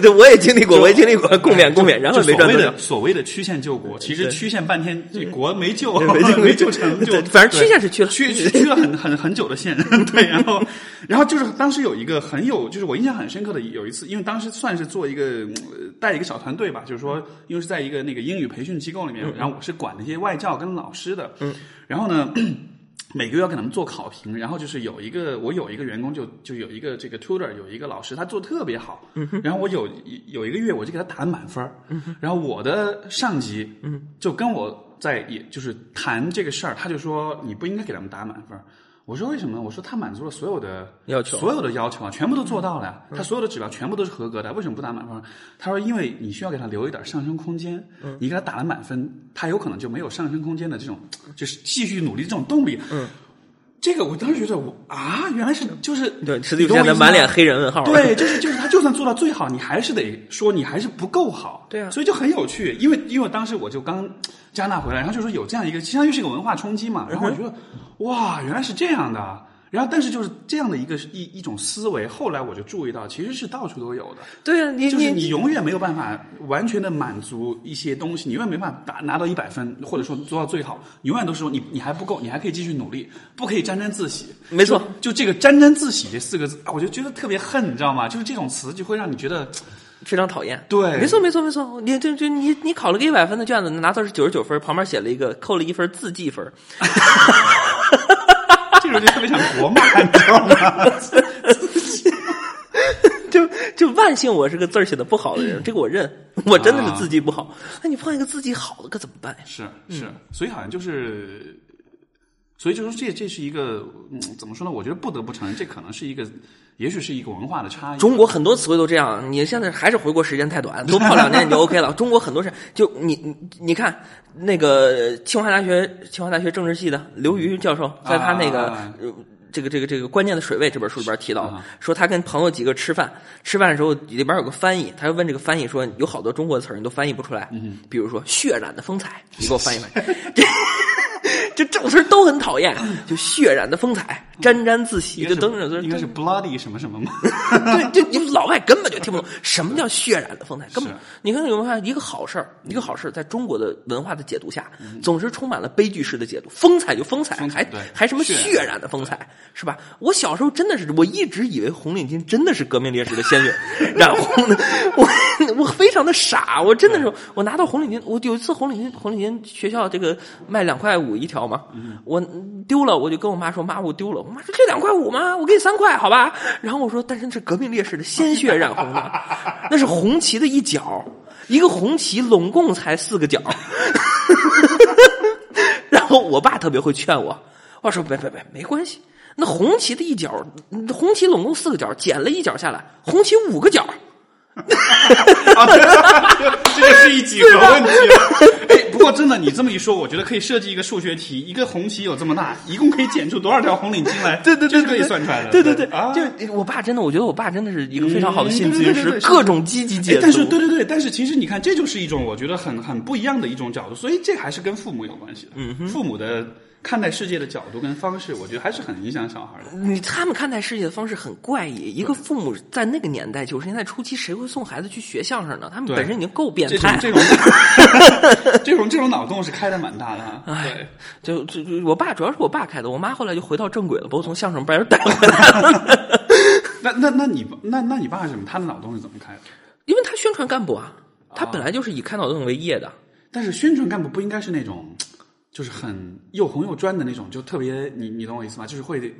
B: 对，我也经历过，我也经历过，共勉共勉，然后
A: 就
B: 也
A: 所
B: 没赚
A: 谓
B: 多少
A: 的，所谓的曲线救国，其实
B: 对
A: 曲线半天这国没救，
B: 没救
A: 没救成，就
B: (laughs) 对反正曲线是去了
A: 去去去了很很很久的线， (laughs) 对，然后然后就是当时有一个很有，就是我印象很深刻的有一次，因为当时算是做一个呃带一个小团队吧，就是说因为是在一个那个英语培训机构里
B: 嗯
A: 面，然后我是管那些外教跟老师的，嗯，然后呢。 (clears throat) 每个月要给他们做考评，然后就是有一个我有一个员工就就有一个这个 tutor 有一个老师他做得特别好，
B: 嗯
A: 然后我有有一个月我就给他打满分儿然后我的上级就跟我在也就是谈这个事儿，他就说你不应该给他们打满分儿我说为什么呢？我说他满足了所有的
B: 要求嗯
A: 所有的要求啊，全部都做到了，他所有的指标全部都是合格的，为什么不打满分？他说因为你需要给他留一点上升空间，
B: 嗯
A: 你给他打了满分，他有可能就没有上升空间的这种，
B: 嗯
A: 就是继续努力的这种动力。嗯，这个我当时觉得我啊，原来是就是
B: 对，池
A: 你
B: 子宇
A: 懂我
B: 现在
A: 意思吗
B: 满脸黑人问号，
A: 对，就是就是，他就算做到最好，你还是得说你还是不够好。
B: 对啊
A: 所以就很有趣，因为因为当时我就刚加拿大回来，然后就说有这样一个，相当于是一个文化冲击嘛。然后我觉
B: 嗯
A: 得、哇，原来是这样的。然后但是就是这样的一个一一种思维，后来我就注意到，其实是到处都有的。
B: 对啊，你
A: 就是
B: 你
A: 你永远没有办法完全的满足一些东西，你永远没办法达拿到一百分，或者说做到最好，你永远都是说你你还不够，你还可以继续努力，不可以沾沾自喜。
B: 没错
A: 就，就这个沾沾自喜这四个字，啊我就觉得特别恨，你知道吗？就是这种词就会让你觉得，
B: 非常讨厌。
A: 对
B: 没错，没错，没错。你这这你你考了个一百分的卷子，拿到是九十九分，旁边写了一个扣了一分自记分，
A: 这种就特别想国骂， (laughs) 你知道吗？
B: (laughs) 就就万幸我是个字儿写的不好的人，这个我认，我真的是字迹不好。哎那你碰一个字迹好的，可怎么办呀？
A: 是是，嗯所以好像就是，所以就说这这是一个、嗯、怎么说呢？我觉得不得不承认，这可能是一个，也许是一个文化的差异。
B: 中国很多词汇都这样，你现在还是回国时间太短，多泡两年你就 OK 了。 (laughs) 中国很多事，就你你你看那个清华大学清华大学政治系的刘瑜教授，在他那个、
A: 啊
B: 呃这个这个这个关键的水位这本书里边提到了，说他跟朋友几个吃饭，吃饭的时候里边有个翻译，他就问这个翻译说，有好多中国词儿你都翻译不出
A: 嗯
B: 来，比如说血染的风采，你给我翻译翻译。 (laughs) 这这这种词儿都很讨厌，就血染的风采，沾沾自喜，
A: 应
B: 就
A: 该是
B: 等等，
A: 应该是 bloody 什么什么吗？ (laughs)
B: (laughs) 对，就你们老外根本就听不懂什么叫血染的风采，根本
A: 是
B: 你看有没有发现一个好事儿，一个好事儿，在中国的文化的解读下，总是充满了悲剧式的解读，风采就风采，
A: 风采
B: 还
A: 对
B: 还什么
A: 血染
B: 血染的风采，是吧？我小时候真的是，我一直以为红领巾真的是革命烈士的鲜血，然后呢，我我非常的傻，我真的是，我拿到红领巾，我有一次红领巾，红领巾学校这个卖两块五一条嘛，
A: 嗯
B: 我丢了，我就跟我妈说，妈，我丢了，我妈说这两块五吗？我给你三块，好吧？然后我说，但是这革命烈士的鲜血染红
A: (laughs)
B: 的，那是红旗的一角，一个红旗拢共才四个角。 (laughs) 然后我爸特别会劝我，我说别别别，没关系。那红旗的一角，红旗拢共四个角，剪了一角下来，红旗五个角，
A: 啊， (laughs) 对这个是一几何问题了。哎，不过真的，你这么一说，我觉得可以设计一个数学题，一个红旗有这么大，一共可以剪出多少条红领巾来？
B: 对对
A: 这
B: 对
A: 是可以算出来的。
B: 对对对，
A: 啊，
B: 就我爸真的，我觉得我爸真的是一个非常好
A: 嗯
B: 的新
A: 对
B: 咨
A: 对
B: 询
A: 对对
B: 师，
A: 是
B: 各种积极解
A: 哎
B: 读。
A: 但是对对对，但是其实你看，这就是一种我觉得很很不一样的一种角度，所以这还是跟父母有关系的。嗯，父母的看待世界的角度跟方式，我觉得还是 (laughs) 很影响小孩的。
B: 你他们看待世界的方式很怪异。一个父母在那个年代，九十年代初期，谁会送孩子去学相声呢？他们
A: 对
B: 本身已经够变
A: 这种 (laughs)
B: 态。
A: 这种这种这种脑洞是开的蛮大的啊。 (laughs) 对，
B: 就就就我爸主要是我爸开的，我妈后来就回到正轨了，把我从相声班又带回来了。
A: 那那那你那那你爸是什么？他的脑洞是怎么开的？
B: 因为他宣传干部啊，他本来就是以开脑洞为业的。
A: 但是宣传干部不应该是那种，就是很又红又专的那种，就特别你你懂我意思吗？就是会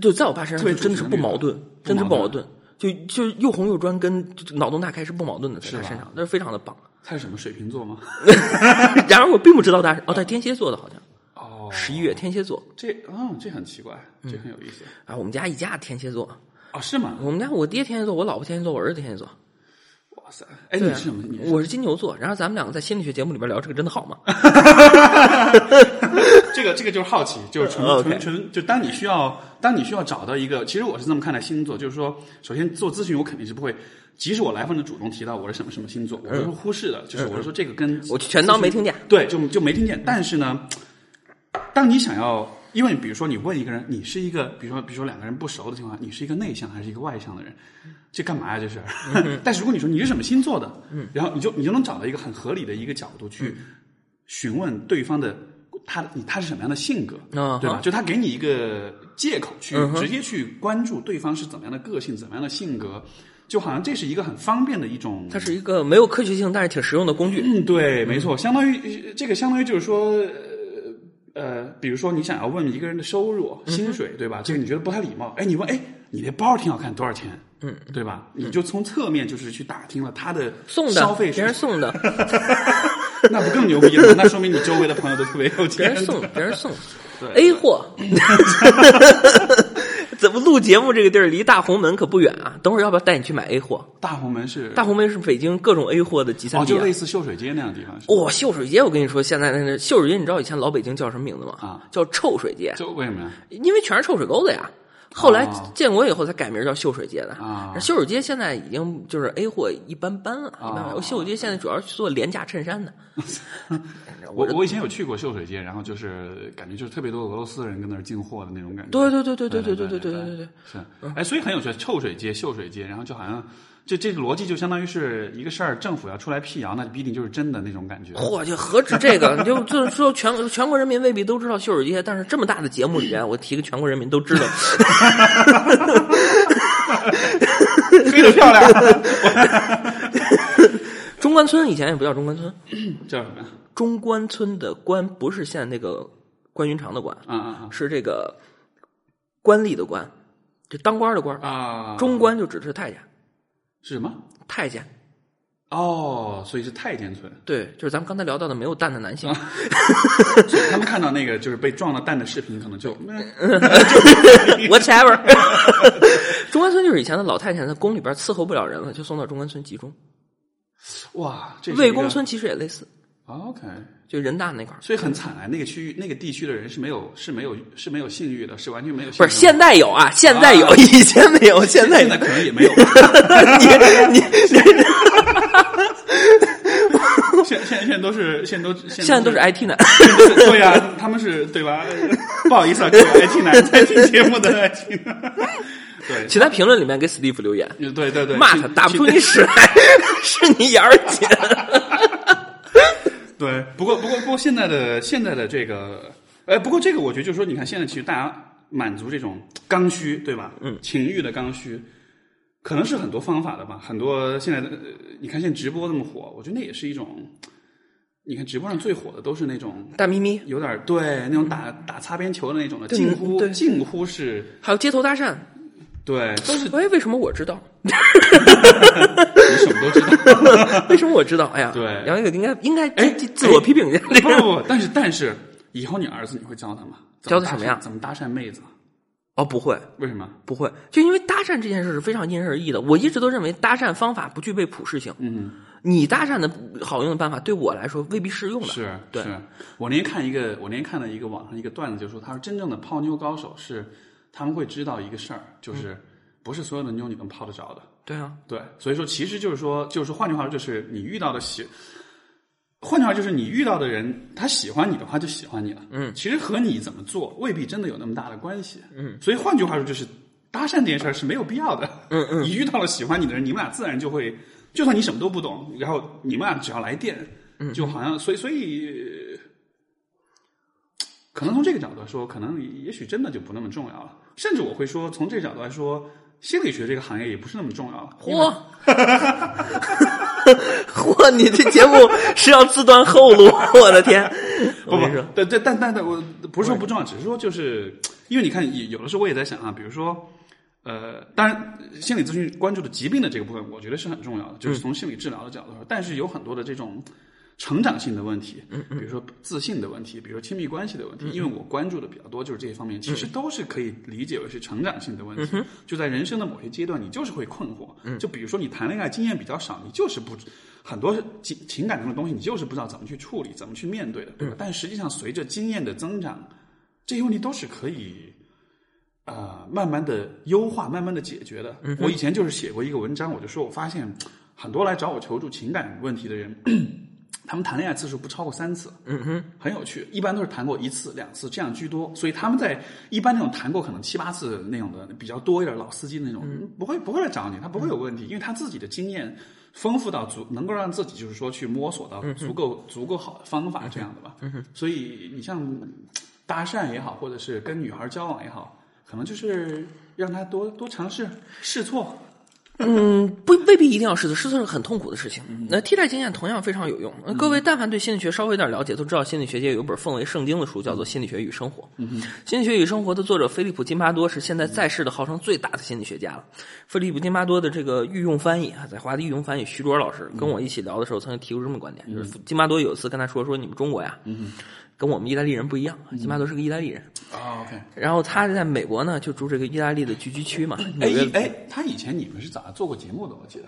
B: 就在我爸身
A: 特
B: 上，
A: 别
B: 就真的是不矛盾，
A: 主旋律的
B: 真的是不矛盾。就就又红又专跟脑洞大开是不矛盾的，在他
A: 吧
B: 身上，那是非常的棒。 (laughs)
A: 他是什么水瓶座吗？
B: 然而我并不知道他是哦，对天蝎座的好像
A: 哦，
B: 十一月天蝎座
A: 这嗯这很奇怪，这很有意思。
B: 啊，我们家一家天蝎座，
A: 哦，是吗？
B: 我们家我爹天蝎座，我老婆天蝎座，我儿子天蝎座。
A: 哇塞！哎，你
B: 对啊
A: 是什么？你是
B: 我是金牛座。然后咱们两个在心理学节目里边聊这个，真
A: (laughs)
B: 的好吗？
A: 这个这个就是好奇，就是纯
B: 呃，OK
A: 纯纯，就当你需要当你需要找到一个，其实我是这么看待星座，就是说，首先做咨询我肯定是不会，即使我来访者主动提到我是什么什么星座，我是忽视的，就是我是说这个跟
B: 嗯我全当没听见。
A: 对，就就没听见。但是呢，当你想要，因为比如说你问一个人，你是一个，比如说比如说两个人不熟的情况下，你是一个内向还是一个外向的人，
B: 嗯
A: 这干嘛呀？这是。 (laughs) 但是如果你说你是什么星座的，嗯，然后你就你就能找到一个很合理的一个角度
B: 嗯
A: 去询问对方的。他你他是什么样的性格
B: 啊哈
A: 对吧？就他给你一个借口去
B: 嗯
A: 直接去关注对方是怎么样的个性、怎么样的性格，就好像这是一个很方便的一种
B: 它是一个没有科学性，但是挺实用的工具。
A: 嗯， (clears throat) 对，没错，相当于这个相当于就是说，呃呃，比如说你想要问一个人的收入、
B: 嗯
A: 薪水，对吧？这个你觉得不太礼貌，哎，你问，哎，你那包挺好看，多少钱？嗯，对吧？你就从侧面就是去打听了他的
B: 送的，
A: 消费
B: 别
A: 水
B: 人
A: 平，
B: 送的，
A: 那不更牛逼了吗？那说明你周围的朋友都特别有
B: 别
A: 钱，
B: 人送的，别人送的
A: 对
B: A 货。怎么录节目这个地儿离大红门可不远啊？等会儿要不要带你去买 A 货？
A: 大红门是
B: 大红门是北京各种 A 货的集散
A: 哦，
B: 地
A: 就
B: 啊、
A: 类似秀水街那样的地方，是吧
B: 哇、秀水街，我跟你说，现在那个秀水街，你知道以前老北京叫什么名字吗？
A: 啊，
B: 叫臭水街，
A: 就为什么呀？
B: 因为全是臭水沟子呀。后来
A: 哦
B: 建国以后才改名叫秀水街的。
A: 啊
B: 秀水街现在已经就是 A 货一般般了，一般般。
A: 哦
B: 秀水街现在主要是做廉价衬衫的。
A: 我我以前有去过秀水街，然后就是感觉就是特别多俄罗斯人跟那儿进货的那种感觉。
B: 对对对对对对
A: 对
B: 对
A: 对
B: 对对对对
A: 对。是，哎，所以很有趣，臭水街、秀水街，然后就好像这这个逻辑就相当于是一个事儿，政府要出来辟谣，那必定就是真的那种感觉。
B: (laughs) 嚯，就何止这个，你就就是说全全国人民未必都知道秀水街，但是这么大的节目里边，我提个全国人民都知道。
A: 飞得漂亮，
B: (laughs) 中关村以前也不叫中关村，
A: 叫什么呀？
B: 中关村的关不是现在那个关云长的关，
A: 啊啊
B: 是这个官吏的官，就当官的官。
A: 啊！啊，
B: 中关就指的是太监，
A: 是什么？
B: 太监。
A: 哦，所以是太监村，
B: 对，就是咱们刚才聊到的没有蛋的男性，
A: 啊所以他们看到那个就是被撞了蛋的视频，可能就嗯
B: whatever。中关村就是以前的老太监，在宫里边伺候不了人了，就送到中关村集中。
A: 哇，这是一个哦
B: 魏公村其实也类似，
A: OK，
B: 就人大那块儿。
A: 所以很惨啊，那个区域、那个地区的人是没有、是没有、是没有信誉的，是完全没有信誉
B: 不
A: 的。
B: 是现在有啊，现在有，
A: 啊
B: 以前没有， (laughs) 现在
A: 现
B: 有
A: 在。可能也
B: (laughs)
A: 没有，
B: 你 (laughs) 你
A: 现现现在都是现在都现
B: 现在都是 IT (laughs) 男，
A: (laughs) 对呀、他们是对吧？ (laughs) 不好意思啊，各位 IT 男在听节目的 IT 男， (laughs) 对
B: 请在评论里面给 Steve 留言，
A: 对对对，
B: 骂他
A: 请
B: 打不出你
A: 请
B: 屎来， (laughs) 是你眼儿紧。
A: 对，不过不过不过现在的现在的这个，呃，不过这个我觉得就是说，你看现在其实大家满足这种刚需，对吧？嗯，情欲的刚需。可能是很多方法的吧，很多现在的，呃你看现在直播这么火，我觉得那也是一种。你看直播上最火的都是那种
B: 大咪咪，
A: 有点儿对那种打打擦边球的那种的，近乎
B: 对
A: 近乎是
B: 还有街头搭讪，
A: 对，都是
B: 哎，为什么我 (laughs) 知道？
A: 你什么都知
B: (laughs)
A: 道。
B: 为什么我知道？哎呀，
A: 对
B: 杨一个应该应该
A: 哎
B: 自自我批评一下。
A: 不
B: (laughs)
A: 不不，但是但是，以后你儿子你会教他吗？怎
B: 教他
A: 搭
B: 什么
A: 讪
B: 呀
A: 怎么搭讪妹子？
B: 哦，不会，
A: 为什么？
B: 不会，就因为搭讪这件事是非常因人而异的。我一直都认为搭讪方法不具备普适性。
A: 嗯，
B: 你搭讪的好用的办法对我来说未必适用的。
A: 是，
B: 嗯对
A: 是我那天看一个，我那天看了一个网上一个段子，就说他说真正的泡妞高手是他们会知道一个事儿，
B: 嗯
A: 就是不是所有的妞你能泡得着的。
B: 对啊，
A: 对，所以说其实就是说，就是换句话说，就是你遇到的喜，换句话就是你遇到的人，他喜欢你的话就喜欢你了。嗯，其实和你怎么做未必真的有那么大的关系。嗯，所以换句话说就是搭讪这件事儿是没有必要的。嗯嗯，你遇到了喜欢你的人，你们俩自然就会，就算你什么都不懂，然后你们俩只要来电，嗯，就好像所以所以。可能从这个角度来说，可能也许真的就不那么重要了。甚至我会说，从这个角度来说，心理学这个行业也不是那么重要了。因为
B: 嚯！ (laughs) 嚯！你这节目是要自断后路，我的天！
A: 不
B: (laughs) 我
A: 不
B: 跟你说，，
A: 但但但但但我不是说不重要，只是说就是因为你看，有有的时候我也在想啊，比如说，呃，当然心理咨询关注的疾病的这个部分，我觉得是很重要的，
B: 嗯
A: 就是从心理治疗的角度说，但是有很多的这种成长性的问题，
B: 嗯
A: 比如说自信的问题，比如说亲密关系的问题，因为我关注的比较多就是这些方面，
B: 嗯
A: 其实都是可以理解为是成长性的问题。就在人生的某些阶段，你就是会困
B: 嗯
A: 惑。就比如说你谈恋爱经验比较少，你就是不知很多情情感中的东西，你就是不知道怎么去处理、怎么去面对的，对吧？但实际上，随着经验的增长，这些问题都是可以。呃，慢慢的优化，慢慢的解决的。我以前就是写过一个文章，我就说我发现很多来找我求助情感问题的人， (clears throat) 他们谈恋爱次数不超过三次，嗯哼，很有趣，一般都是谈过一次、两次这样居多，所以他们在一般那种谈过可能七八次那种的比较多一点老司机那种，不会不会来找你，他不会有问题，因为他自己的经验丰富到足，能够让自己就是说去摸索到
B: 嗯
A: 足够、足够好的方法这样的吧，所以你像搭讪也好，或者是跟女孩交往也好，可能就是让她多多尝试试错，
B: 不未必一定要试错，试错是很痛苦的事情。那替代经验同样非常有用。呃各位但凡对心理学稍微有点了解，都知道心理学界有本奉为圣经的书，叫做《心理学与生活》。心理学与生活》的作者菲利普·津巴多是现在在世的号称最大的心理学家了。菲利普·津巴多的这个御用翻译啊，在华的御用翻译徐卓老师跟我一起聊的时候，曾经提出这么个观点，就是津巴多有一次跟他说说你们中国呀，跟我们意大利人不一样，津巴多是个意大利人。
A: 啊，OK，
B: 然后他在美国呢，就住这个意大利的聚居区嘛，纽
A: 哎
B: 约
A: 以哎，他以前你们是咋做过节目的？我记得。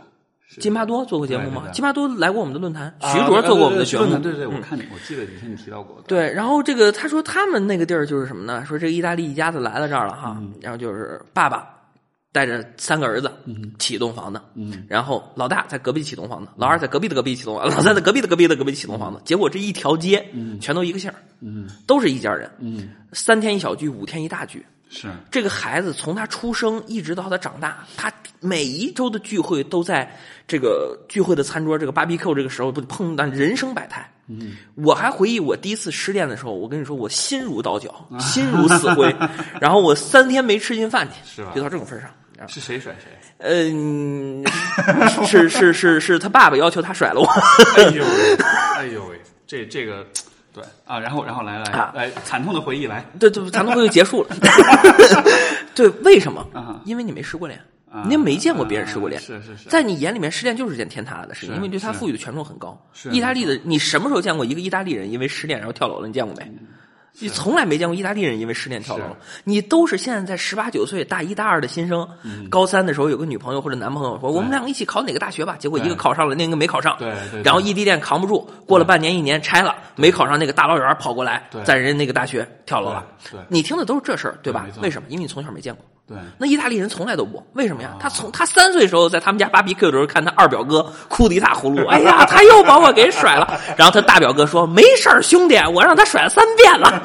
A: 是
B: 金巴多做过节目
A: 对对
B: 吗？
A: 对
B: 金巴多来过我们的论坛，
A: 啊
B: 徐卓做过我们的
A: 对
B: 节
A: 对对
B: 目。
A: 啊
B: 嗯
A: 对对对，我看你，我记得以前你提到过。
B: 对，然后这个他说他们那个地儿就是什么呢？说这个意大利一家子来到这儿了哈，
A: 嗯
B: 然后就是爸爸带着三个儿子
A: 嗯
B: 起一栋房子，然后老大在隔壁起栋房子，
A: 嗯
B: 老二在隔壁的隔壁起栋房子，老三在隔壁的隔壁的隔壁起栋房子，结果这一条街全都一个姓儿，
A: 嗯
B: 都是一家人，
A: 嗯，
B: 三天一小聚，五天一大聚。
A: 是
B: 这个孩子从他出生一直到他长大，他每一周的聚会都在这个聚会的餐桌，这个 BBQ 这个时候不碰到人生百态。嗯，我还回忆我第一次失恋的时候，我跟你说，我心如刀绞，
A: (laughs)
B: 心如死灰，然后我三天没吃进饭去，
A: 是吧
B: 就到这种份儿上。啊
A: 是谁甩谁？
B: 嗯，是是是是他爸爸要求他甩了
A: (laughs)
B: 我。(laughs)
A: 哎呦喂，哎呦喂，这这个对啊，然后然后来来
B: 啊
A: 来，惨痛的回忆来
B: 对对，咱们会就结束了。 (laughs) 对，为什么
A: 啊？
B: 因为你没失过恋
A: 啊，
B: 你也没见过别人失过恋
A: 啊。是是是
B: 在你眼里面，失恋就是件天塌的事情，
A: 是
B: 因为对它
A: 是
B: 赋予的权重很高。
A: 是
B: 意大利的，你什么时候见过一个意大利人因为失恋然后跳楼了？你见过没？你从来没见过意大利人因为失恋跳楼
A: 是，
B: 你都是现在在十八九岁、大一大二的新生，
A: 嗯
B: 高三的时候有个女朋友或者男朋友说我们两个一起考哪个大学吧，结果一个
A: 对
B: 考上了，另一个没考上，
A: 对对对
B: 然后异地恋扛不住，过了半年一年拆了，没考上那个大老远跑过来
A: 对，
B: 在人家那个大学跳楼了
A: 对对。
B: 你听的都是这事儿，对吧
A: 对没？错
B: 为什么？因为你从小没见过。
A: 对。
B: 那意大利人从来都不，为什么
A: 啊
B: 呀？他从他三岁的时候，在他们家 BBQ 的时候，看他二表哥哭的一塌
A: (laughs)
B: 糊涂，哎呀，他又把我给甩了。然后他大表哥说：“没事儿，兄弟，我让他甩了三
A: (laughs)
B: 遍了。”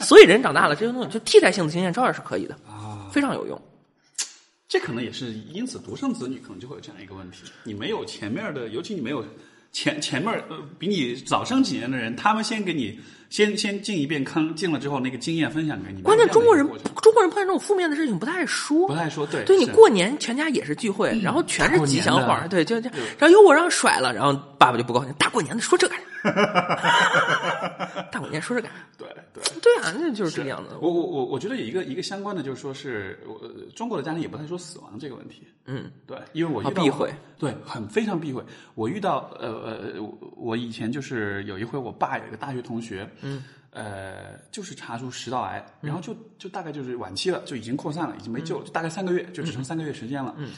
B: 所以人长大了，这些东西就替代性的经验照样是可以的，
A: 啊
B: 非常有用。
A: 这可能也是因此，独生子女可能就会有这样一个问题：你没有前面的，尤其你没有前前面呃比你早生几年的人，他们先给你先先进一遍坑，进了之后那个经验分享给你。
B: 关键中国人
A: 没有这样的一个过程
B: 中国人碰见这种负面的事情不太爱说，
A: 不太说对
B: 对你
A: 是嗯
B: 过年全家也是聚会，然后全是吉祥
A: 大过
B: 话
A: 年的，
B: 对，就这样，然后又我让甩
A: (laughs)
B: 了，然后爸爸就不高兴，大过年的说这干啥？大过年说这干啥？
A: 对对。
B: 对啊，那就是这个样子。
A: 我我我我觉得有一个一个相关的，就是说是我呃中国的家庭也不太说死亡这个问题，
B: 嗯，
A: 对，因为我遇
B: 好
A: 到
B: 避讳，
A: 对，很非常避讳。我遇到呃呃，我我以前就是有一回，我爸有一个大学同学，嗯，呃，就是查出食道癌，
B: 嗯
A: 然后就就大概就是晚期了，就已经扩散了，已经没救了，就大概三个月，就只剩三个月时间了，嗯。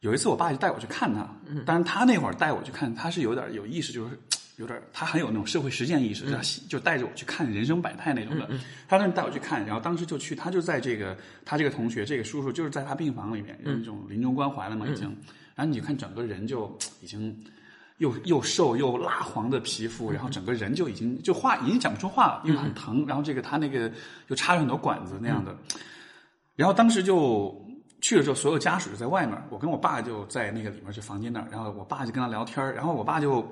A: 有一次，我爸就带我去看他，
B: 嗯
A: 当然他那会儿带我去看，他是有点有意识，就是有点他很有那种社会实践意识，就就带着我去看人生百态那种的。他当时带我去看，然后当时就去，他就在这个他这个同学这个叔叔就是在他病房里面，有一种临终关怀了嘛，已经。然后你就看整个人就已经又又瘦又蜡黄的皮肤，然后整个人就已经就话已经讲不出话了，因为很疼。然后这个他那个又插着很多管子那样的。然后当时就去的时候，所有家属就在外面，我跟我爸就在那个里面，就房间那儿，然后我爸就跟他聊天儿然后我爸就。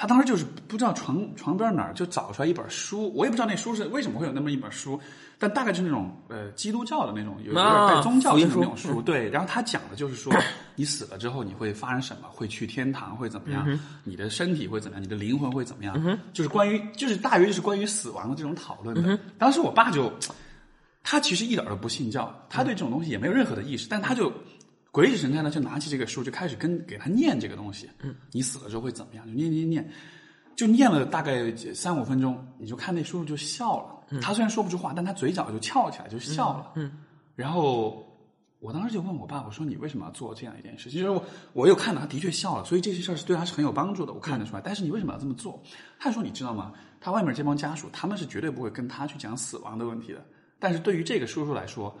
A: 他当时就是不知道床床边哪儿就找出来一本书，我也不知道那书是为什么会有那么一本书，但大概就是那种呃基督教的那种有有点带宗教性的那种书，对。然后他讲的就是说，你死了之后你会发生什么，会去天堂，会怎么样，你的身体会怎么样，你的灵魂会怎么样，就是关于就是大约就是关于死亡的这种讨论的。当时我爸就。他其实一点儿都不信教，他对这种东西也没有任何的意识，但他就鬼使神差的就拿起这个书就开始跟给他念这个东西。嗯，你死了之后会怎么样？就念念念，就念了大概三五分钟，你就看那叔叔就笑了。他虽然说不出话，但他嘴角就翘起来，就笑了。嗯，然后我当时就问我爸，我说你为什么要做这样一件事？其实我我有看到他的确笑了，所以这些事儿是对他是很有帮助的，我看得出来。但是你为什么要这么做？他说你知道吗？他外面这帮家属，他们是绝对不会跟他去讲死亡的问题的。但是对于这个叔叔来说，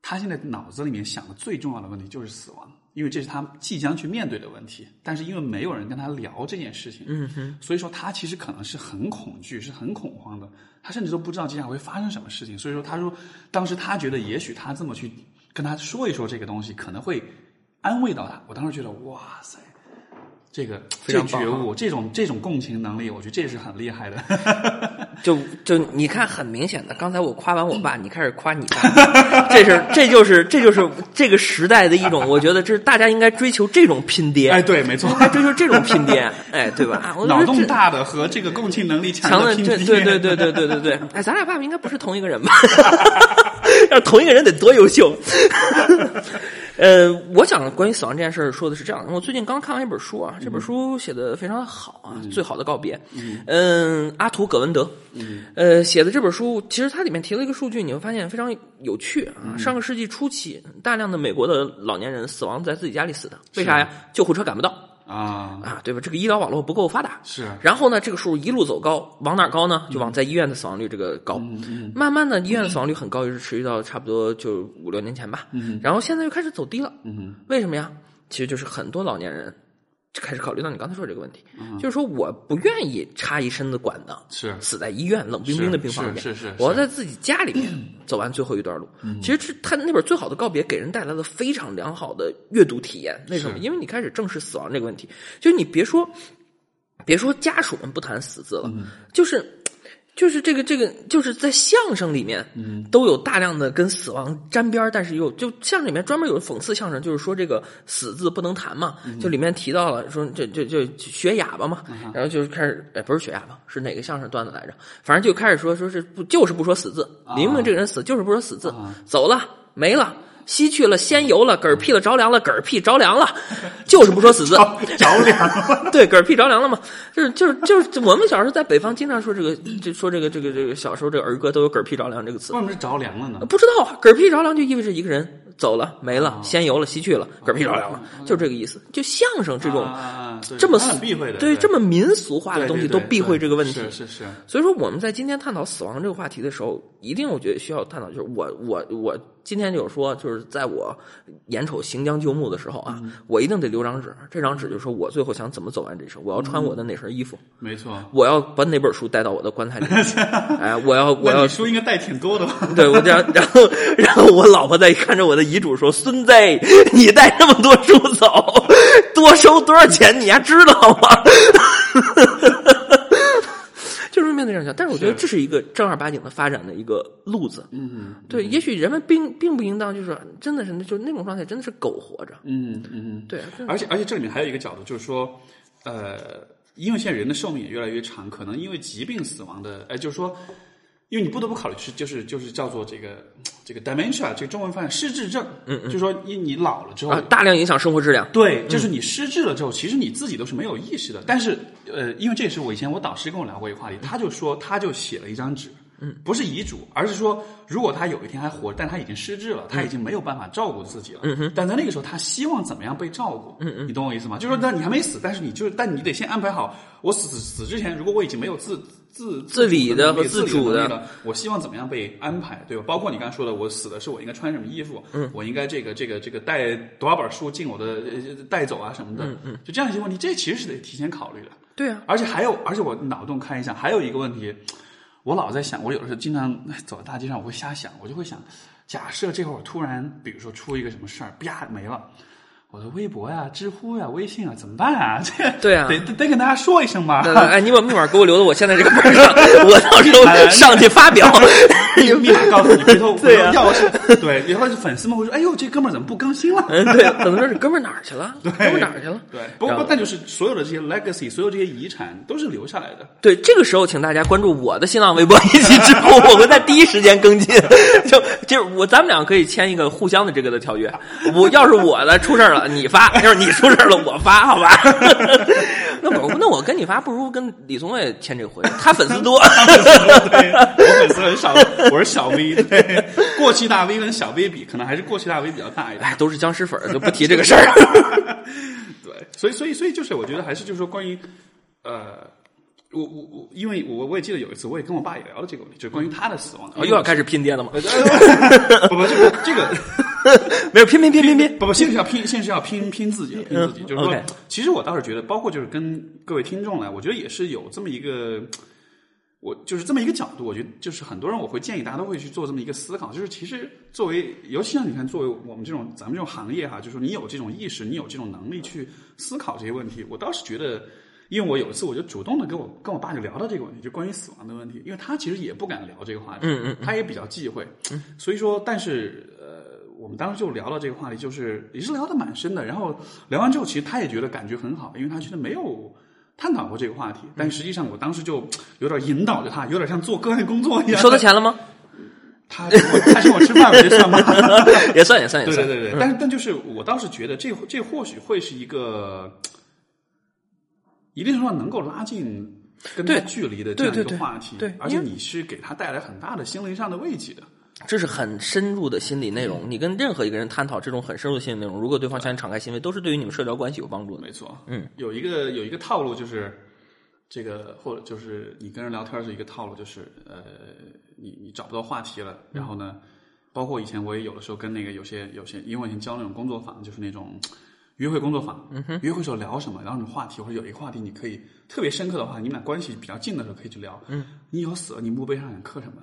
A: 他现在脑子里面想的最重要的问题就是死亡，因为这是他即将去面对的问题。但是因为没有人跟他聊这件事情，嗯哼，所以说他其实可能是很恐惧、是很恐慌的，他甚至都不知道接下来会发生什么事情。所以说，他说当时他觉得，也许他这么去跟他说一说这个东西，可能会安慰到他。我当时觉得，哇塞。这个
B: (laughs) 非
A: 这
B: 常棒啊
A: 觉悟，这种这种共情能力，我觉得这是很厉害
B: (laughs)
A: 的。
B: 就就你看，很明显的，刚才我夸完我爸，你开始夸你爸，这是这就是这就是这个时代的一种，我觉得这是大家应该追求这种拼爹，
A: 哎，对，没错，
B: 应该追求这种拼爹，哎，对吧？ (laughs) 我觉得
A: (laughs) 脑洞
B: 这
A: 大的和这个共情能力
B: 强
A: 的
B: 的
A: 拼
B: 这
A: 贴，
B: 对
A: (laughs)
B: 对对对对对对，哎，咱俩爸爸应该不是同一个人吧？ (laughs) 要是同一个人得多优秀！呃，我想关于死亡这件事儿说的是这样的，我最近刚看完一本书啊，这本书写的非常好啊，最好的告别》。嗯，阿图·葛文德，呃，写的这本书，其实它里面提了一个数据，你会发现非常有趣啊。上个世纪初期，大量的美国的老年人死亡在自己家里死的，为啥呀？救护车赶不到
A: 啊，
B: 啊，对吧？这个医疗网络不够发达，
A: 是
B: 然后呢，这个数一路走高，往哪儿高呢？就往在医院的死亡率这个高。慢慢的，医院的死亡率很高，一直持续到差不多就五六年前吧。然后现在又开始走低了。
A: 嗯
B: 为什么呀？其实就是很多老年人开始考虑到你刚才说的这个问题，就是说我不愿意插一身子管子，
A: 是
B: (laughs) 死在医院冷冰冰的病房里面，
A: 是是是嗯是
B: 我要在自己家里面走完最后一段路。其实这他那本最好的告别给人带来了非常良好的阅读体验。为什么？
A: 是
B: 因为你开始正视死亡这个问题，就是你别说别说家属们不谈死字了，
A: 嗯
B: 就是。就是这个这个，就是在相声里面，嗯，都有大量的跟死亡沾边儿但是又就相声里面专门有讽刺相声，就是说这个死字不能谈嘛，就里面提到了说这这这学哑巴嘛，然后就是开始，哎，不是学哑巴，是哪个相声段子来着？反正就开始说说是不就是不说死字，明明这个人死就是不说死字，走了没了。西去了，仙游了，嗝屁了，着凉了，嗝屁着凉了，就是不说死字，
A: 着 (laughs) 凉了，
B: 对，嗝屁着凉了嘛，就是就是就是，我们小时候在北方经常说这个，就说这个这个这个小时候这个儿歌都有“嗝屁着凉”这个词
A: 为，什么是着凉了呢？
B: 不知道啊，“嗝屁着凉”就意味着一个人走了、没
A: 哦
B: 了、仙游了、西去了，“嗝屁着凉了”，就是这个意思。就相声这种
A: 啊对
B: 这么
A: 他很避讳的，
B: 对这么民俗化
A: 大
B: 的东西都避讳这个问题，
A: 是是是，
B: 所以说，我们在今天探讨死亡这个话题的时候，一定我觉得需要探讨，就是我我我今天就有说，就是在我眼瞅行将就木的时候
A: 嗯
B: 啊，我一定得留张纸，这张纸就说我最后想怎么走完这一生，我要穿我的
A: 嗯
B: 哪身衣服，
A: 没错。
B: 我要把哪本书带到我的棺材里
A: (laughs)
B: 面去，哎，我要我
A: 那
B: 要
A: 你书应该带挺多的 (laughs) 吧？
B: (laughs) 对，我这样，然后，然后我老婆在看着我的遗嘱说：“孙子，你带那么多书走，多收多少钱，你还知道吗？” (laughs) 就是面对这样想，但是我觉得
A: 是
B: 这是一个正儿八经的发展的一个路子。
A: 嗯
B: 对，也许人们并并不应当就是真的是那就是那种状态，真的是苟活着。
A: 嗯嗯嗯。
B: 对，真的啊
A: 而且而且这里面还有一个角度，就是说，呃，因为现在人的寿命也越来越长，可能因为疾病死亡的，哎，就是说，因为你不得不考虑是就是就是叫做这个这个 dementia，这个中文翻译失智症，嗯嗯，就说你你老了之后，
B: 啊，大量影响生活质量。
A: 对，就是你失智了之后，其实你自己都是没有意识的。但是，呃，因为这也是我以前我导师跟我聊过一个话题，他就说他就写了一张纸，嗯，不是遗嘱，而是说如果他有一天还活着，但他已经失智了，他已经没有办法照顾自己了，嗯哼，但在那个时候他希望怎么样被照顾，嗯嗯，你懂我意思吗？就是说，但你还没死，但是你就是，但你得先安排好，我死死之前，如果我已经没有自。自
B: 自理的
A: 的
B: 和
A: 自
B: 自主的
A: 的能力了，我希望怎么样被安排，对吧？包括你刚才说的，我死的是我应该穿什么衣服，嗯，我应该这个这个这个带多少本书进我的呃带走啊什么的，嗯嗯，就这样一些问题，这其实是得提前考虑的。
B: 对啊，
A: 而且还有，而且我脑洞开一下，还有一个问题，我老在想，我有的时候经常哎走在大街上，我会瞎想，我就会想，假设这会儿突然，比如说出一个什么事儿，啪没了。我的微博呀、知乎呀、微信啊，怎么办啊？ (laughs) 这
B: 对啊
A: 得得得跟大家说一声吧。
B: 那哎，你把密码给我留到我现在这个本 (laughs) 上，我到时候上去发 (laughs) 表。
A: 密码告诉 (laughs) 你，回头回
B: 对
A: 头
B: 啊
A: 要是对，然后粉丝们会说：“哎呦，这哥们儿怎么不更新了？”
B: 嗯，对啊，怎么说是哥们儿哪儿去了？哥们儿哪儿去了？
A: 对，不
B: 然
A: 过
B: 后
A: 但就是所有的这些 legacy，所有这些遗产都是留下来的。
B: 对，这个时候请大家关注我的新浪微博以及知乎，我会在第一时间更新。 (laughs) 就就是我，咱们俩可以签一个互相的这个的条约。我要是我的出事儿了，你发；要是你出事儿了，我发，好吧？ (laughs) 那我那我跟你发，不如跟李宗伟签这个合约，他粉丝
A: (laughs)
B: 多。
A: 对，我粉丝很少，我是小 V。对，过气大 V 跟小 V 比，可能还是过气大 V 比较大一点。
B: 哎，都是僵尸粉儿，就不提这个事儿。
A: 对，所以所以所以就是，我觉得还是就是说，关于呃，我我我，因为我我也记得有一次，我也跟我爸也聊了这个问题，就是关于他的死亡。
B: 哦又要开始拼爹了吗？
A: 不不，这个这个。
B: 没有，拼拼拼拼拼。
A: 不不，先是要拼，先是要拼拼自己，拼自己。就是说
B: OK，
A: 其实我倒是觉得，包括就是跟各位听众来，我觉得也是有这么一个，我就是这么一个角度。我觉得就是很多人，我会建议大家都会去做这么一个思考，就是其实作为，尤其像你看，作为我们这种咱们这种行业哈，就是说你有这种意识，你有这种能力去思考这些问题，我倒是觉得。因为我有一次，我就主动的跟我跟我爸就聊到这个问题，就关于死亡的问题，因为他其实也不敢聊这个话题，嗯嗯，他也比较忌讳，所以说，但是呃，我们当时就聊到这个话题，就是也是聊得蛮深的。然后聊完之后，其实他也觉得感觉很好，因为他觉得没有探讨过这个话题。但实际上，我当时就有点引导着他，有点像做个案工作一
B: 你
A: 样。
B: 收他钱了吗？
A: 他请我他请我吃饭，我就算吧。
B: (laughs) 也算也算也
A: 对对
B: 算。
A: 对对，但是但就是我倒是觉得这这或许会是一个一定程度上能够拉近跟他
B: 对
A: 距离的这
B: 对
A: 样一
B: 对
A: 个
B: 对
A: 话题，
B: 对
A: 而且
B: 因为
A: 你是给他带来很大的心灵上的慰藉的。
B: 这是很深入的心理内
A: 嗯
B: 容。你跟任何一个人探讨这种很深入的心理内容，如果对方向你敞开心扉，都是对于你们社交关系有帮助的。
A: 没错，
B: 嗯，
A: 有一个有一个套路就是，这个或者就是你跟人聊天是一个套路，就是呃，你你找不到话题了，然后呢，包括以前我也有的时候跟那个有些有些，因为我以前教那种工作坊，就是那种约会工作坊，嗯哼，约会时候聊什么，然后你话题或者有一个话题你可以特别深刻的话，你们俩关系比较近的时候可以去聊，嗯，你以后死了，你墓碑上想刻什么？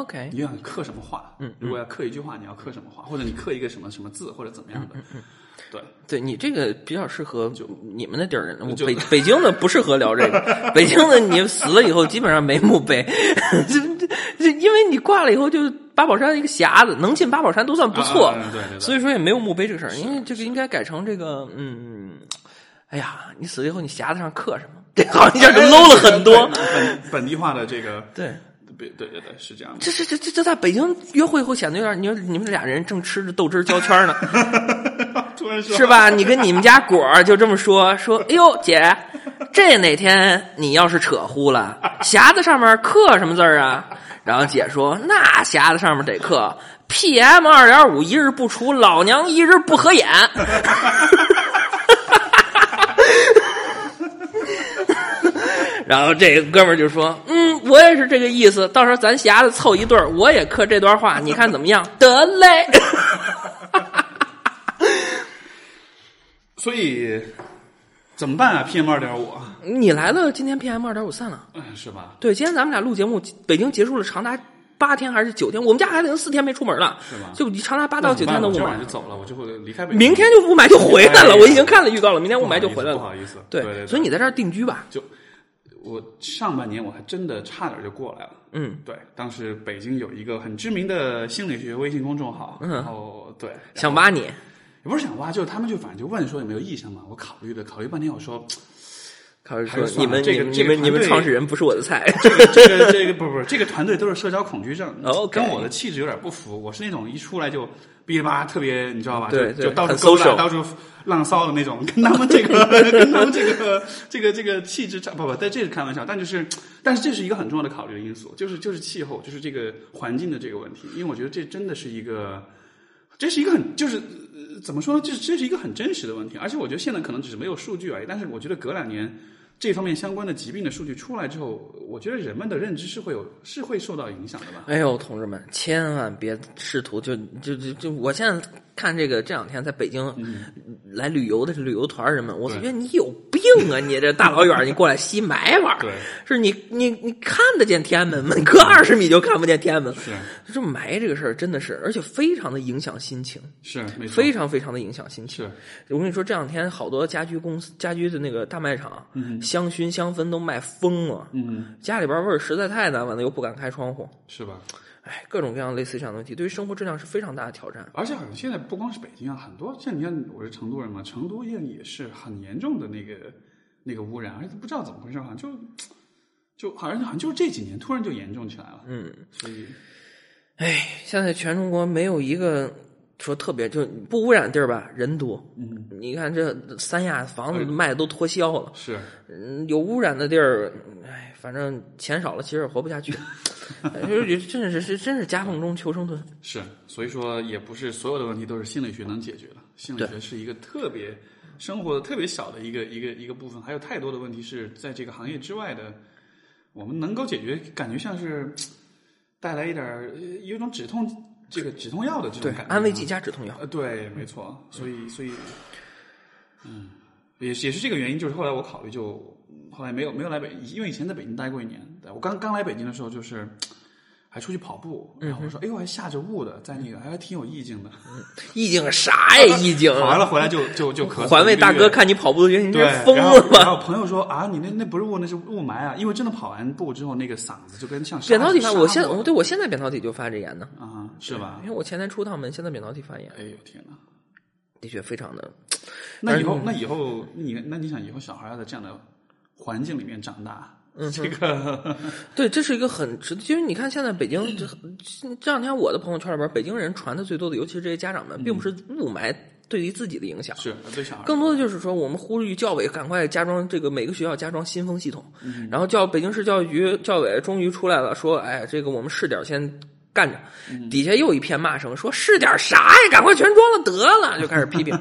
B: OK，
A: 你想刻什么话？嗯，如果要刻一句话，你要刻什么话？或者你刻一个什么什么字，或者怎么样的？对，
B: 对你这个比较适合你们那地儿人，我
A: 就
B: 北北京的不适合聊这个。
A: (laughs)
B: 北京的你死了以后基本上没墓碑，这这这因为你挂了以后就八宝山一个匣子，能进八宝山都算不错。
A: 啊啊啊对对对
B: 所以说也没有墓碑这个事儿，因为这个应该改成这个嗯，哎呀，你死了以后你匣子上刻什么？这好像一下
A: 哎
B: 就 low 了很多。
A: 本本地化的这个，
B: 对。
A: 对对对对，是这样的。
B: 这这这这这在北京约会会显得有点，你说你们俩人正吃着豆汁儿焦圈呢，
A: 突然说
B: (laughs) 是？吧？你跟你们家果儿就这么说说，哎呦姐，这哪天你要是扯呼了，匣子上面刻什么字儿啊？然后姐说，那匣子上面得刻 PM 二点五一日不除，老娘一日不合眼。 (laughs) 然后这哥们儿就说：“嗯，我也是这个意思。到时候咱匣子凑一对儿，我也刻这段话，你看怎么样？得嘞。 (coughs)
A: 所以怎么办啊？PM 二点五，
B: 你来了，今天 PM 二点五散了。
A: 嗯，是吧？
B: 对，今天咱们俩录节目，北京结束了长达八天还是九天，我们家孩子已经四天没出门了，
A: 是吗
B: 就长达八到九天的雾
A: 我今
B: 霾
A: 晚，就走了，我就会离开北京。
B: 明天就雾霾就回来了。
A: 哎呀
B: 我已经看了预告了，明天雾
A: 不好意
B: 霾
A: 思
B: 就回来
A: 不
B: 了。
A: 好意思，
B: 对
A: 对，
B: 所以你在这儿定居吧。
A: 就我上半年我还真的差点就过来了。
B: 嗯，
A: 对，当时北京有一个很知名的心理学微信公众
B: 嗯
A: 号，然后对，
B: 想挖你，
A: 也不是想挖，就是他们就反正就问说有没有意向嘛。我考虑的考虑半天，我说
B: 开始
A: 还是
B: 说
A: 算了
B: 你们
A: 这个
B: 你们
A: 这个
B: 你们你
A: 团
B: 们
A: 队
B: 创始人不是我的菜， (laughs)
A: 这个这个不不，这个团队都是社交恐惧症，
B: OK
A: 跟我的气质有点不符。我是那种一出来就哔哩吧啦特别，你知道吧？
B: 对
A: 就
B: 对
A: 就到
B: 很
A: 处勾搭
B: social
A: 到处浪骚的那种，跟他们这个跟他们这个这个这个气质差不不，但这是开玩笑。但就是但是这是一个很重要的考虑的因素，就是就是气候，就是这个环境的这个问题，因为我觉得这真的是一个。这是一个很就是、呃怎么说呢？这这是一个很真实的问题，而且我觉得现在可能只是没有数据而已。但是我觉得隔两年这方面相关的疾病的数据出来之后，我觉得人们的认知是会有是会受到影响的吧？
B: 哎呦，同志们，千万别试图就就就就！我现在看这个这两天在北京来旅游的旅游团儿人们，我
A: 嗯对
B: 觉得你有病啊！你这大老远儿你过来吸霾玩儿
A: 对，
B: 是你你你看得见天安门吗？你隔二十米就看不见天安门。
A: 是
B: 这霾这个事儿真的是，而且非常的影响心情，
A: 是，没错，
B: 非常非常的影响心情。
A: 是
B: 我跟你说，这两天好多家居公司、家居的那个大卖场，香薰香氛都卖疯了。
A: 嗯
B: 家里边儿味儿实在太难闻了，又不敢开窗户。
A: 是吧？
B: 哎，各种各样类似这样的问题，对于生活质量是非常大的挑战。
A: 而且好像现在不光是北京啊，很多像你看我是成都人嘛，成都现在也是很严重的那个那个污染，而且不知道怎么回事，好像就就好像好像就是这几年突然就严重起来了。
B: 嗯，
A: 所以
B: 哎，现在全中国没有一个说特别就不污染的地儿吧，人多。
A: 嗯
B: 你看这三亚房
A: 哎
B: 子卖的都脱销了，
A: 是
B: 嗯，有污染的地儿，哎，反正钱少了其实也活不下去， (laughs) 哎就是真是是真是夹缝中求生存。
A: 是，所以说也不是所有的问题都是心理学能解决的，心理学是一个特别生活的特别小的一个一个一个部分，还有太多的问题是在这个行业之外的，我们能够解决，感觉像是带来一点儿呃有一种止痛这个止痛药的这种
B: 对
A: 感觉啊，，
B: 安慰剂加止痛药。
A: 呃，对，没错，所以所以，嗯，也是也是这个原因，就是后来我考虑就后来没有没有来北，因为以前在北京待过一年，我刚刚来北京的时候就是。还出去跑步，然后我说：“
B: 嗯
A: 哎呦，还下着雾的，在那个还挺有意
B: (laughs)
A: 境的。
B: 意境啥呀？意境！
A: 跑完了回来就就就咳嗽。
B: 环卫大哥
A: 看。
B: 看你跑步的决心，你
A: 对
B: 这，疯
A: 然后
B: 了
A: 然后
B: 吧？
A: 朋友说啊，你那那不是雾，那是雾霾啊！因为真的跑完步之后，那个嗓子就跟像
B: 扁桃体发，我现
A: 在
B: 在我对我现在扁桃体就发这炎呢，
A: 啊，是吧
B: 因？为我前天出趟门，现在扁桃体发炎。
A: 哎呦天哪！
B: 的确非常的，
A: 那以后那以后你那你想以后小孩要在这样的环境里面长大，这个
B: 对，这是一个很值得。其实你看，现在北京这这两天我的朋友圈里边，北京人传的最多的，尤其是这些家长们，并不是雾霾对于自己的影响，
A: 是对小孩
B: 更多的就是说，我们呼吁教委赶快加装这个每个学校加装新风系统。然后教北京市教育局教委终于出来了，说，哎，这个我们试点先。干着，底下又一片骂声，说试点啥呀？赶快全装了得了，就开始批评。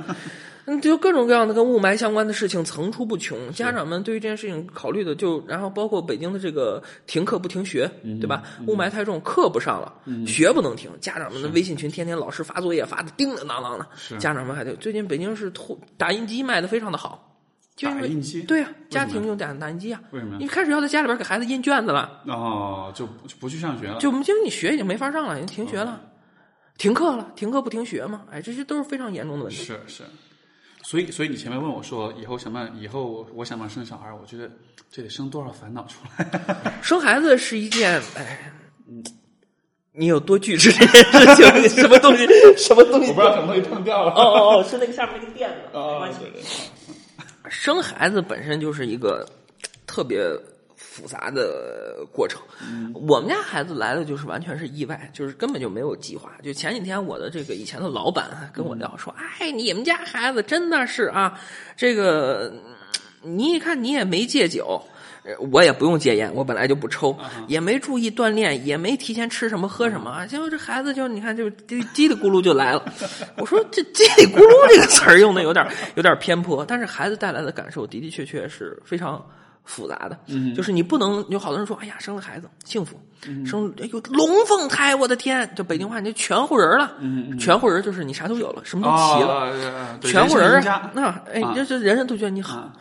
B: 嗯，就各种各样的跟雾霾相关的事情层出不穷，家长们对于这件事情考虑的就，然后包括北京的这个停课不停学，对吧？雾霾太重，课不上了，学不能停，家长们的微信群天天老师发作业发的叮叮当当的，家长们还得最近北京市突打印机卖的非常的好，就因
A: 打
B: 为
A: 印机
B: 对呀、啊家庭用打打印机啊，
A: 为什么呀
B: 你开始要在家里边给孩子印卷子了，
A: 哦就不不去上学了，
B: 就因为你学已经没法上了，你停学了，停课了，停课不停学嘛，哎，这些都是非常严重的问题。
A: 是是。所以，所以你前面问我说，以后想不想，以后我想不想生小孩？我觉得这得生多少烦恼出来？
B: 生孩子是一件，哎，你有多拒绝这件事情？ (laughs) 什么东西？什么东西？
A: 我不知道什么东西碰掉了。
B: 哦哦哦，是那个下面那个垫子，没
A: 哦
B: 关系。
A: 对对
B: 生孩子本身就是一个特别复杂的过程。我们家孩子来的就是完全是意外，就是根本就没有计划。就前几天我的这个以前的老板啊跟我聊说：“哎，你们家孩子真的是啊，这个嗯你一看你也没戒酒。”呃我也不用戒烟，我本来就不抽，也没注意锻炼，也没提前吃什么喝什么啊。结果这孩子就你看就叽叽里咕噜就 (laughs) 来了。我说这叽里咕噜这个词儿用的有点有点偏颇，但是孩子带来的感受的的确确是非常复杂的。嗯，就是你不能有好多人说，哎呀，生了孩子幸福，生哎呦龙凤胎，我的天！就北京话，你就全乎人了。嗯，全乎人就是你啥都有了，什么都齐了。
A: 哦，对
B: 全乎人
A: 人
B: 儿
A: 生赢
B: 啊
A: 家，
B: 那哎
A: 啊，
B: 这这人人都觉得你好
A: 啊。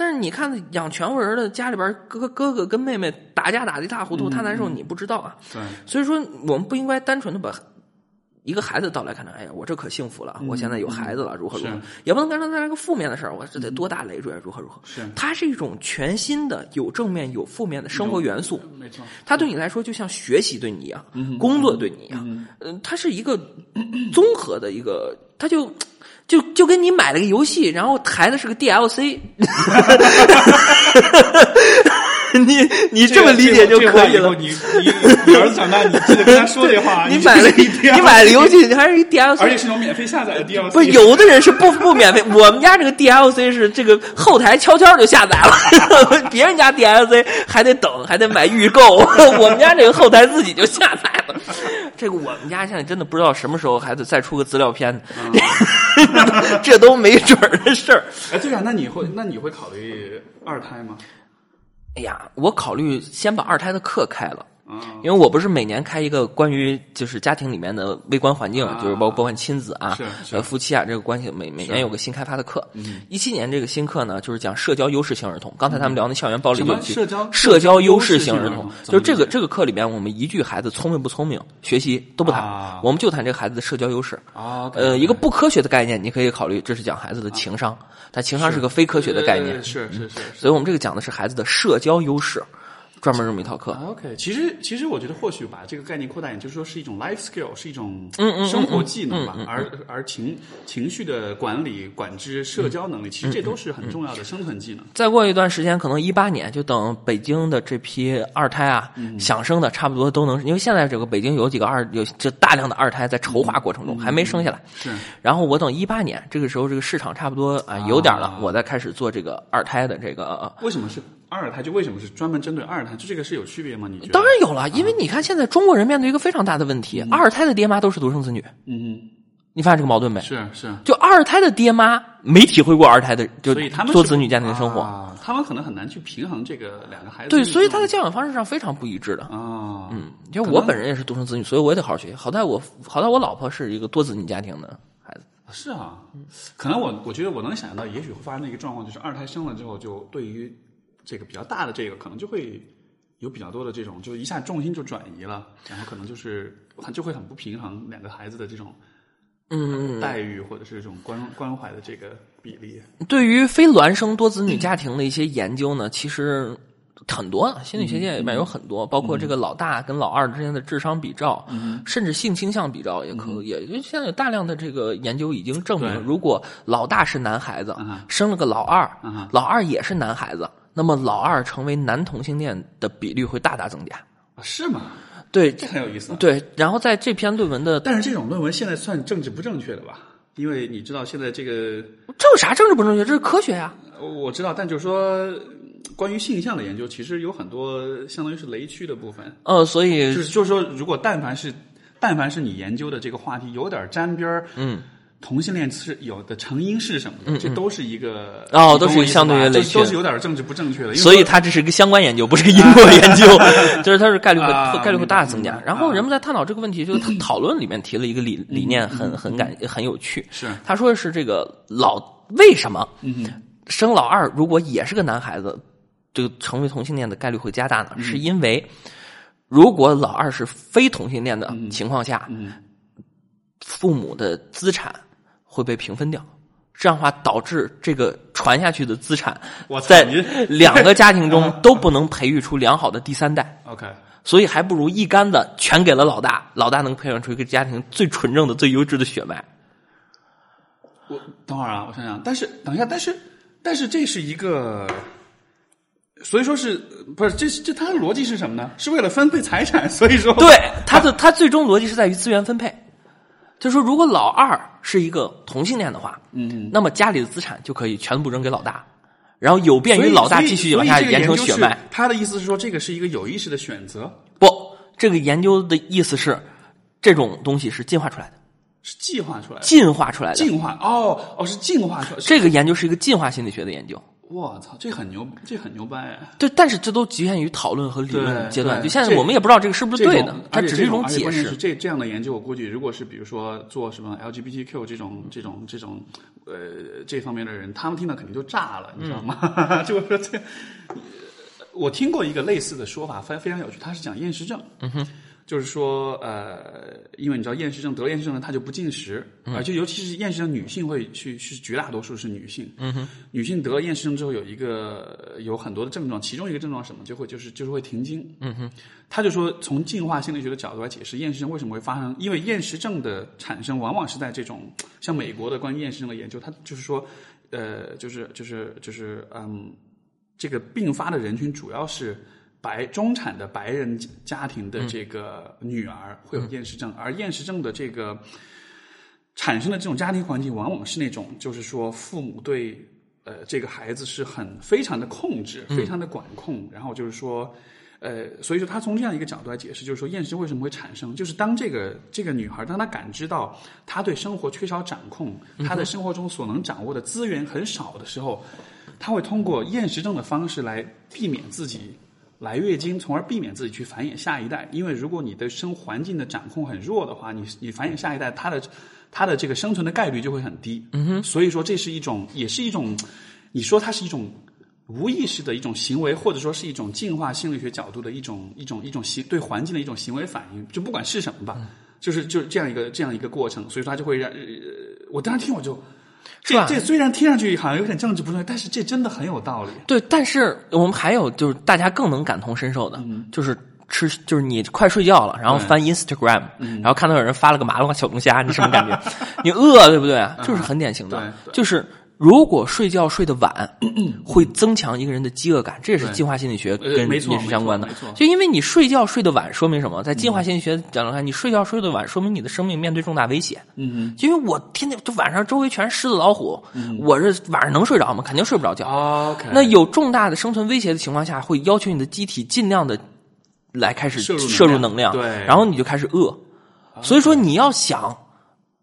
B: 但是你看养全乎人儿的家里边儿哥哥哥哥跟妹妹打架打的一塌糊涂，他难
A: 嗯
B: 受你不知道啊。
A: 对，
B: 所以说，我们不应该单纯的把一个孩子到来看成，哎呀，我这可幸福了，我现在有孩子了，如何如何
A: 嗯是，嗯
B: 也不能干成那个负面的事儿，我这得多大累赘，啊如何如何。
A: 是
B: 它是一种全新的，有正面有负面的生活元素。
A: 没错。
B: 它对你来说就像学习对你一样，
A: 嗯
B: 呃工作对你一样，嗯、它是一个综合的一个，它就就就跟你买了个游戏，然后抬的是个 DLC，你你这么理解就可以了。
A: 这话以后你你你儿子长大，你记得跟他说这话。
B: 你买了
A: 你这是一定要
B: 你买了游，戏，你还是一
A: 而
B: DLC，
A: 且是那种免费下载的 DLC。
B: 不是有的人是不不免费。我们家这个 DLC 是这个后台悄悄就下载了，别人家 DLC 还得等，还得买预购。我们家这个后台自己就下载了。这个我们家现在真的不知道什么时候还得再出个资料片呢， (laughs) 这都没准儿的事儿。
A: 哎，队长，那你会那你会考虑二胎吗？
B: 哎呀，我考虑先把二胎的课开了。
A: 啊，
B: 因为我不是每年开一个关于就是家庭里面的微观环境，
A: 啊
B: 就是包包括亲子啊
A: 是、是嗯
B: 呃夫妻啊这个关系，每每年有个新开发的课。一七年这个新课呢，就是讲社交优势型儿童。刚才他们聊那校园暴力
A: 什么
B: 问题，
A: 社交
B: 社交优势型
A: 社交
B: 儿
A: 优势型儿童
B: 童，
A: 怎么
B: 就是这
A: 理
B: 个
A: 解
B: 这个课里边，我们一句孩子聪明不聪明、学习都不谈
A: 啊，
B: 我们就谈这个孩子的社交优势。
A: 啊，
B: 呃，一个不科学的概念，你可以考虑，这是讲孩子的情商，但情商是个非科学的概念，
A: 是是是是。
B: 所以我们这个讲的是孩子的社交优势，专门这么一套课。
A: OK，其实其实我觉得或许把这个概念扩大一点，就是说是一种 life skill，是一种生活技能吧，而而情情绪的管理、管制、社交能力，其实这都是很重要的生存技能。
B: 再过一段时间，可能一八年就等北京的这批二胎啊，
A: 嗯
B: 想生的差不多都能，因为现在这个北京有几个二有这大量的二胎在筹划过程
A: 嗯
B: 中还没生下来。
A: 是
B: 然后我等一八年这个时候，这个市场差不多啊有点了
A: 啊，
B: 我再开始做这个二胎的这个。呃
A: 为什么是二胎？就为什么是专门针对二胎？就这个是啊有区别吗？你觉得？
B: 当然，有了，因为你看现在中国人面对一个非常大的问题，二胎的爹妈都是独生子女，
A: 嗯，
B: 你发现这个矛盾没？
A: 是是。
B: 就二胎的爹妈没体会过二胎的就
A: 所以他们
B: 多
A: 是
B: 子
A: 不
B: 女家庭的生活，
A: 啊，他们可能很难去平衡这个两个孩子的
B: 对，
A: 运动。
B: 所以他的教养方式上非常不一致的。
A: 啊，嗯，
B: 因为我本人也是独生子女，所以我也得好好学习。好在我好在我老婆是一个多子女家庭的孩子，
A: 是啊，可能我我觉得我能想到，也许会发生的一个状况就是二胎生了之后，就对于这个比较大的这个，可能就会有比较多的这种，就一下重心就转移了，然后可能就是很就会很不平衡两个孩子的这种。嗯，待遇或者是这种关关怀的这个比例，
B: 对于非孪生多子女家庭的一些研究呢，其实很多呢，心理学界
A: 嗯
B: 里面有很多，包括这个老大跟老二之间的智商比照，
A: 嗯
B: 甚至性倾向比照也可以。因为现在有大量的这个研究已经证
A: 对
B: 明，如果老大是男孩子
A: 嗯，
B: 生了个老二
A: 嗯，
B: 老二也是男孩子，那么老二成为男同性恋的比率会大大增加。
A: 啊是吗？
B: 对
A: 这很有意思啊。
B: 对，然后在这篇论文的
A: 但是这种论文现在算政治不正确了吧？因为你知道现在这个
B: 这有啥政治不正确？这是科学呀、
A: 呃我知道，但就是说嗯关于性向的研究，其实有很多相当于是雷区的部分，
B: 呃，所
A: 就
B: 以
A: 是就是说，如果但凡是但凡是你研究的这个话题有点沾边儿，
B: 嗯，
A: 同性恋是有的成因是什么的，这都是一个
B: 哦
A: 你懂
B: 都是
A: 我意思吧
B: 相对于
A: 就
B: 雷区
A: 是都是有点政治不正确的，因为
B: 所以它这是一个相关研究，不是个因果研
A: (laughs)
B: 究，就是它是概率会、
A: 啊
B: 会概率会大增
A: 明
B: 加
A: 白。
B: 然后人们在探讨这个问题，就是他讨论里面提了一个理理念很，很感很有趣。
A: 是
B: 他说的是这个老为什么
A: 嗯哼
B: 生老二如果也是个男孩子，这个成为同性恋的概率会加大呢？是因为如果老二是非同性恋的情况下，
A: 嗯
B: 父母的资产会被平分掉。这样的话，导致这个传下去的资产
A: 我，操
B: 在
A: 你
B: 两个家
A: (laughs)
B: 庭中都不能培育出良好的第三代，
A: ，OK，
B: 所以还不如一竿子全给了老大，老大能培养出一个家庭最纯正的、最优质的血脉。
A: 我等会儿啊，我想想，但是等一下，但是但是这是一个。所以说是不是这这他的逻辑是什么呢？是为了分配财产，所以说 (laughs)
B: 对，他的他最终逻辑是在于资源分配，就是说，如果老二是一个同性恋的话，
A: 嗯，
B: 那么家里的资产就可以全部扔给老大，然后有便于老大继续往下
A: 所以所以
B: 延
A: 这个
B: 承
A: 究
B: 血
A: 是
B: 脉。
A: 他的意思是说，这个是一个有意识的选择，
B: 不，这个研究的意思是，这种东西是进化出来的，
A: 是计划出来的，
B: 进化出来的。
A: 进化。哦哦，是进化出来。
B: 这个研究是一个进化心理学的研究，
A: 我操，这很牛，这很牛掰啊！
B: 对，但是这都局限于讨论和理论
A: 对
B: 阶段。
A: 对
B: 就现在
A: 这
B: 我们也不知道这个是不是
A: 这
B: 对
A: 种
B: 的，它
A: 而且
B: 只是一
A: 这种而且
B: 解
A: 关键是
B: 释。
A: 这这样的研究，我估计如果是比如说做什么 LGBTQ 这种这种这种 (laughs)
B: 嗯
A: 呃这方面的人，他们听到肯定就炸了，你知道吗？就是说这。呃我听过一个类似的说法，非非常有趣，他是讲厌食症。嗯哼。就是说，呃，因为你知道厌食症得了厌食症呢，他就不进食，
B: 嗯
A: 而且尤其是厌食症女性会去是绝大多数是女性，嗯哼，女性得了厌食症之后有一个呃有很多的症状，其中一个症状是什么就会就是就是会停经，嗯哼，他就说从进化心理学的角度来解释厌食症为什么会发生，因为厌食症的产生往往是在这种像美国的关于厌食症的研究，它就是说，呃，就是就是就是嗯，这个并发的人群主要是白中产的白人家庭的这个女儿会有厌食症，而厌食症的这个产生的这种家庭环境，往往是那种就是说父母对呃这个孩子是很非常的控制，非常的管控，然后就是说。呃，所以说他从这样一个角度来解释，就是说厌食为什么会产生，就是当这个这个女孩当她感知到她对生活缺少掌控，她的生活中所能掌握的资源很少的时候，她会通过厌食症的方式来避免自己来月经，从而避免自己去繁衍下一代。因为如果你的生环境的掌控很弱的话，你你繁衍下一代，它的它的这个生存的概率就会很低。嗯哼，所以说这是一种，也是一种，你说它是一种。无意识的一种行为，或者说是一种进化心理学角度的一种一种一种行对环境的一种行为反应，就不管是什么吧，
B: 嗯
A: 就是就是这样一个这样一个过程，所以说它就会让、呃、我当时听我就，
B: 是吧
A: 这这虽然听上去好像有点政治不正确，但是这真的很有道理。
B: 对，但是我们还有就是大家更能感同身受的，
A: 嗯
B: 就是吃，就是你快睡觉了，然后翻 Instagram，、然
A: 嗯
B: 后看到有人发了个麻辣小龙虾，你什么感觉？ (laughs) 你饿对不对？就是很典型的，
A: 嗯对对
B: 就是。如果睡觉睡得
A: (clears throat)
B: 晚，会增强一个人的饥饿感，这也是
A: 对
B: 进化心理学
A: 呃
B: 跟
A: 没错
B: 饮食相关的
A: 没错没。错嗯
B: 就因为你睡觉睡得晚，说明什么？在进化心理学角度看，你睡觉睡得晚，说明你的生命面对重大危险。
A: 嗯
B: 因为我天天就晚上周围全是狮子老虎，我是晚上能睡着吗？肯定睡不着觉。
A: ，OK，
B: 那有重大的生存威胁的情况下，会要求你的机体尽量的来开始
A: 摄入能量
B: 摄入能量，
A: 对啊
B: 然后你就开始饿。所以说你要想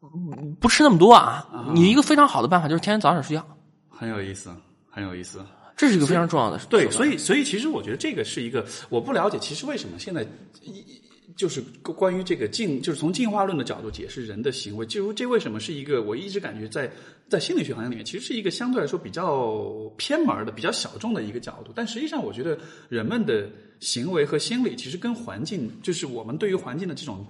B: 嗯不吃那么多啊，你一个非常好的办法就是天天早点睡觉，
A: 很有意思，很有意思。
B: 这是一个非常重要的手段。
A: 对，所以所以其实我觉得这个是一个我不了解，其实为什么现在一就是关于这个进，就是从进化论的角度解释人的行为，就这为什么是一个我一直感觉在在心理学行业里面，其实是一个相对来说比较偏门的、比较小众的一个角度，但实际上我觉得人们的行为和心理其实跟环境，就是我们对于环境的这种。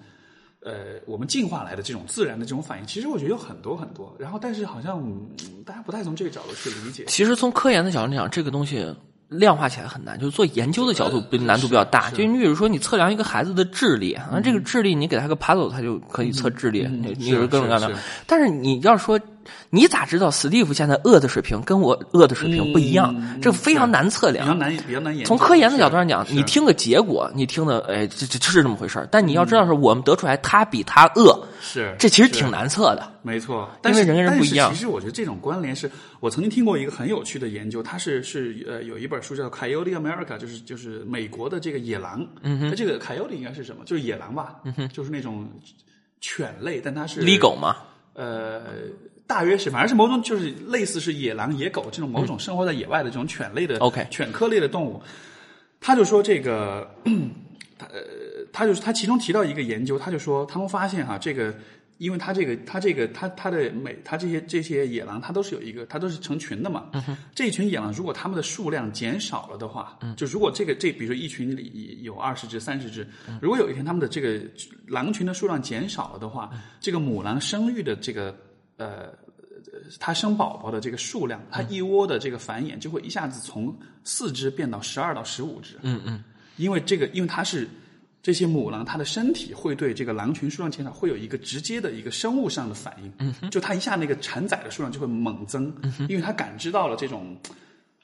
A: 呃，我们进化来的这种自然的这种反应，其实我觉得有很多很多。然后，但是好像、嗯大家不太从这个角度去理解。
B: 其实从科研的角度来讲，这个东西量化起来很难，就是做研究的角度比难度比较大。就你比如说，你测量一个孩子的智力，啊，这个智力你给他个 puzzle，他就可以测智力，你你
A: 嗯
B: 有
A: 是
B: 各种各样
A: 是
B: 的
A: 是。
B: 但是你要说，你咋知道 Steve 现在饿的水平跟我饿的水平不一样？
A: 嗯
B: 这个非常难测
A: 比
B: 量
A: 较。难，比较难研究。
B: 从科研的角度上
A: 是
B: 讲，
A: 是
B: 你听个结果，你听的，哎，这这这是这么回事儿。但
A: 嗯
B: 你要知道，是我们得出来他比他饿，
A: 是
B: 这其实
A: 是
B: 挺难测的。
A: 没错，
B: 因
A: 但
B: 为
A: 是
B: 人跟人不一样
A: 但是其实我觉得这种关联是我曾经听过一个很有趣的研究，它是是呃有一本书叫《Coyote America》，就是就是美国的这个野狼。嗯哼，这个 Coyote 应该是什么？就是野狼吧？嗯哼，就是那种犬类，但它是
B: 李狗嘛，
A: 呃，大约是，反正是某种就是类似是野狼、野狗这种某种生活在野外的这种犬类的、
B: OK
A: 犬科类的动物。他就说这个，他呃，他就是他其中提到一个研究，他就说他们发现哈、啊这个。因为它这个，它这个，它它的每，它这些这些野狼，它都是有一个，它都是成群的嘛。 (laughs) 这一群野狼，如果它们的数量减少了的话，就如果这个这，比如说一群里有二十只、三十只，如果有一天它们的这个狼群的数量减少了的话，这个母狼生育的这个呃它生宝宝的这个数量，它一窝的这个繁衍就会一下子从四只变到十二到十五只。嗯嗯，因为这个，因为它是这些母狼，它的身体会对这个狼群数量减少会有一个直接的一个生物上的反应。嗯，就它一下那个产崽的数量就会猛增，因为它感知到了这种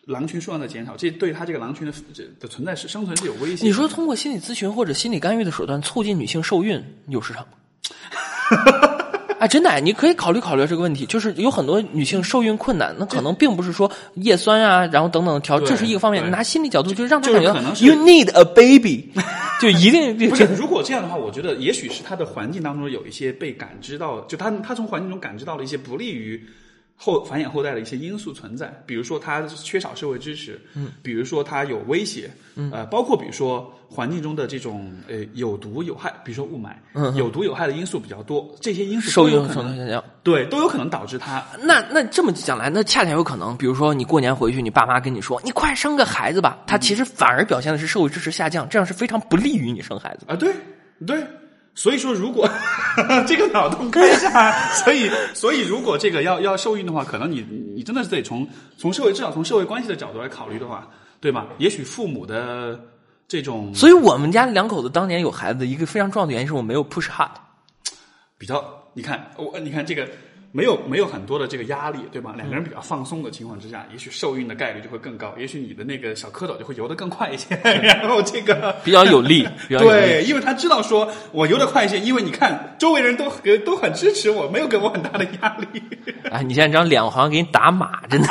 A: 狼群数量的减少，这对它这个狼群的这的存在是生存是有威胁的。
B: 你说通过心理咨询或者心理干预的手段促进女性受孕有市场吗？
A: (laughs)
B: 哎，真的，你可以考虑考虑这个问题。就是有很多女性受孕困难，那可能并不是说叶酸啊，然后等等调，
A: 对
B: 这是一个方面。
A: 对
B: 你拿心理角度，就让她
A: 就
B: 感
A: 是
B: 觉
A: 可能是
B: you need a
A: (laughs)
B: baby，就一定
A: 不是，如果这样的话，我觉得也许是他的环境当中有一些被感知到，就他他从环境中感知到了一些不利于后繁衍后代的一些因素存在，比如说他缺少社会支持，嗯，比如说他有威胁，嗯，呃，包括比如说环境中的这种呃有毒有害，比如说雾霾，嗯，有毒有害的因素比较多，这些因素
B: 受
A: 都有
B: 孕
A: 可
B: 程
A: 能
B: 度下降。
A: 对都有可能导致他
B: 那那这么讲来，那恰恰有可能，比如说你过年回去，你爸妈跟你说你快生个孩子吧，
A: 嗯
B: 他其实反而表现的是社会支持下降，这样是非常不利于你生孩子的。
A: 啊，对对，所以说如果 (laughs) 这个脑洞开一下，所以所以如果这个要要受孕的话，可能你你真的是得从从社会至少从社会关系的角度来考虑的话，对吧？也许父母的这种
B: 所以我们家两口子当年有孩子的一个非常重要的原因是我没有 push hard。
A: 比较，你看我你看这个。没有没有很多的这个压力，对吧？两个人比较放松的情况之下，也许受孕的概率就会更高，也许你的那个小蝌蚪就会游得更快一些， (laughs) 然后这个
B: 比较有 (laughs) 利，比较有利。
A: 对，因为他知道说我游得快一些，因为你看周围人都很都很支持我，没有给我很大的压力。
B: 哎，你现在这张脸，我好像给你打码，真的。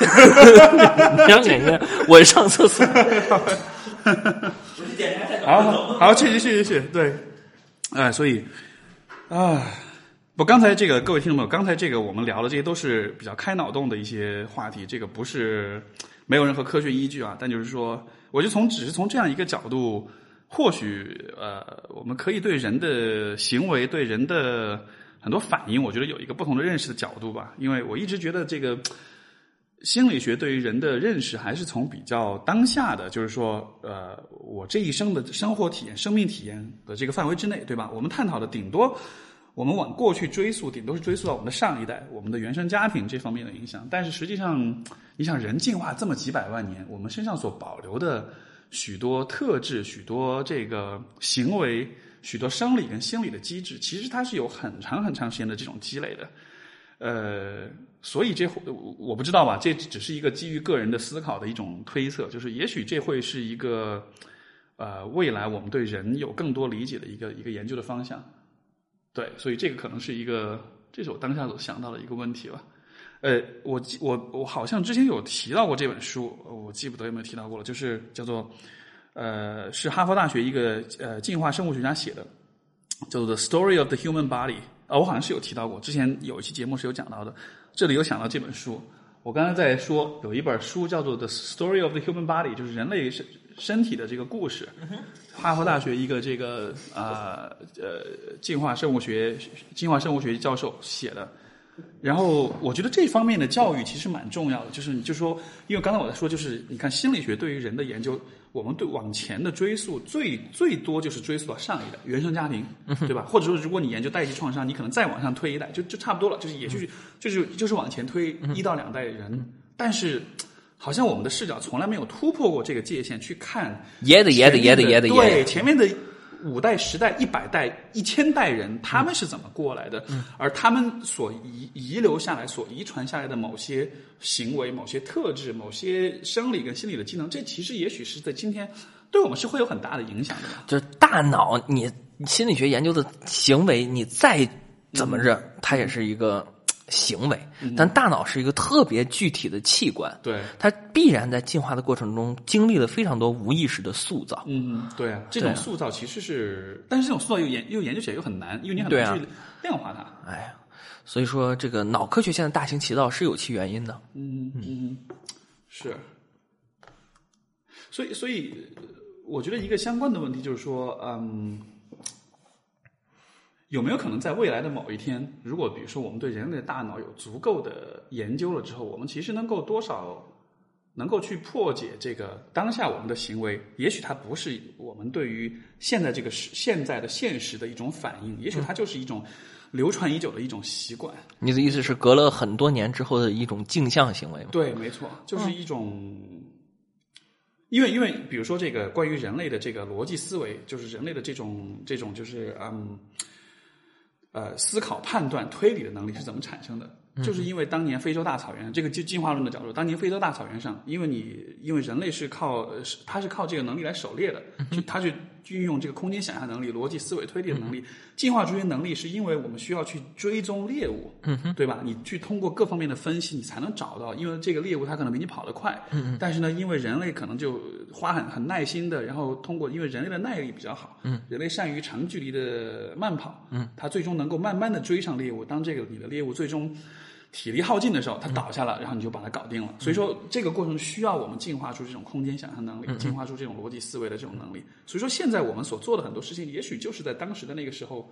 B: 你让脸上，我上厕所。
A: 好好好，谢谢谢谢谢谢，对，哎、所以啊。不，刚才这个各位听众朋友，刚才这个我们聊的这些都是比较开脑洞的一些话题，这个不是没有任何科学依据啊，但就是说，我就从只是从这样一个角度，或许呃，我们可以对人的行为、对人的很多反应，我觉得有一个不同的认识的角度吧，因为我一直觉得这个心理学对于人的认识还是从比较当下的，就是说，呃，我这一生的生活体验、生命体验的这个范围之内，对吧？我们探讨的顶多，我们往过去追溯，顶多是追溯到我们的上一代、我们的原生家庭这方面的影响。但是实际上，你想人进化这么几百万年，我们身上所保留的许多特质、许多这个行为、许多生理跟心理的机制，其实它是有很长很长时间的这种积累的。呃，所以这会我我不知道吧，这只是一个基于个人的思考的一种推测，就是也许这会是一个呃未来我们对人有更多理解的一个一个研究的方向。对，所以这个可能是一个，这是我当下所想到的一个问题吧。呃，我记我我好像之前有提到过这本书，我记不得有没有提到过了，就是叫做呃，是哈佛大学一个呃进化生物学家写的，叫做《The Story of the Human Body》啊，我好像是有提到过，之前有一期节目是有讲到的，这里有讲到这本书。我刚才在说有一本书叫做《The Story of the Human Body》，就是人类身身体的这个故事。哈佛大学一个这个呃呃进化生物学进化生物学教授写的。然后我觉得这方面的教育其实蛮重要的，就是你就说，因为刚才我在说，就是你看心理学对于人的研究，我们对往前的追溯最最多就是追溯到上一代原生家庭，对吧？或者说，如果你研究代际创伤，你可能再往上推一代，就就差不多了，就是也就是就是就是往前推一到两代人，但是好像我们的视角从来没有突破过这个界限去看
B: 爷的爷的爷的爷的爷
A: 对，前面的五代、十代、一百代、一千代人，他们是怎么过来的？
B: 嗯
A: 而他们所遗遗留下来、所遗传下来的某些行为、某些特质、某些生理跟心理的技能，这其实也许是在今天对我们是会有很大的影响的吧。
B: 就是大脑，你心理学研究的行为，你再怎么着，它也是一个行为。但大脑是一个特别具体的器官，
A: 对，
B: 它必然在进化的过程中经历了非常多无意识的塑造。
A: 嗯，对啊，这
B: 对
A: 种
B: 啊
A: 塑造其实是，但是这种塑造又研又研究起来又很难，因为你很
B: 对
A: 难
B: 啊
A: 去量化它。
B: 哎呀，所以说这个脑科学现在大行其道是有其原因的。
A: 嗯嗯，是。所以，所以呃我觉得一个相关的问题就是说，嗯，有没有可能在未来的某一天，如果比如说我们对人类的大脑有足够的研究了之后，我们其实能够多少能够去破解这个当下我们的行为，也许它不是我们对于现在这个时现在的现实的一种反应，也许它就是一种流传已久的一种习惯。
B: 你的意思是隔了很多年之后的一种镜像行为吗？
A: 对，没错，就是一种，因为因为比如说这个关于人类的这个逻辑思维，就是人类的这种这种就是嗯呃思考、判断、推理的能力是怎么产生的？就是因为当年非洲大草原，这个进进化论的角度，当年非洲大草原上，因为你因为人类是靠呃是它是靠这个能力来狩猎的，就它是运用这个空间想象能力、逻辑思维推理的能力，进化出一些能力，是因为我们需要去追踪猎物，对吧？你去通过各方面的分析，你才能找到，因为这个猎物它可能比你跑得快，但是呢，因为人类可能就花很很耐心的，然后通过因为人类的耐力比较好，人类善于长距离的慢跑，它最终能够慢慢的追上猎物。当这个你的猎物最终体力耗尽的时候，它倒下了，然后你就把它搞定了。所以说，这个过程需要我们进化出这种空间想象能力，进化出这种逻辑思维的这种能力。所以说，现在我们所做的很多事情，也许就是在当时的那个时候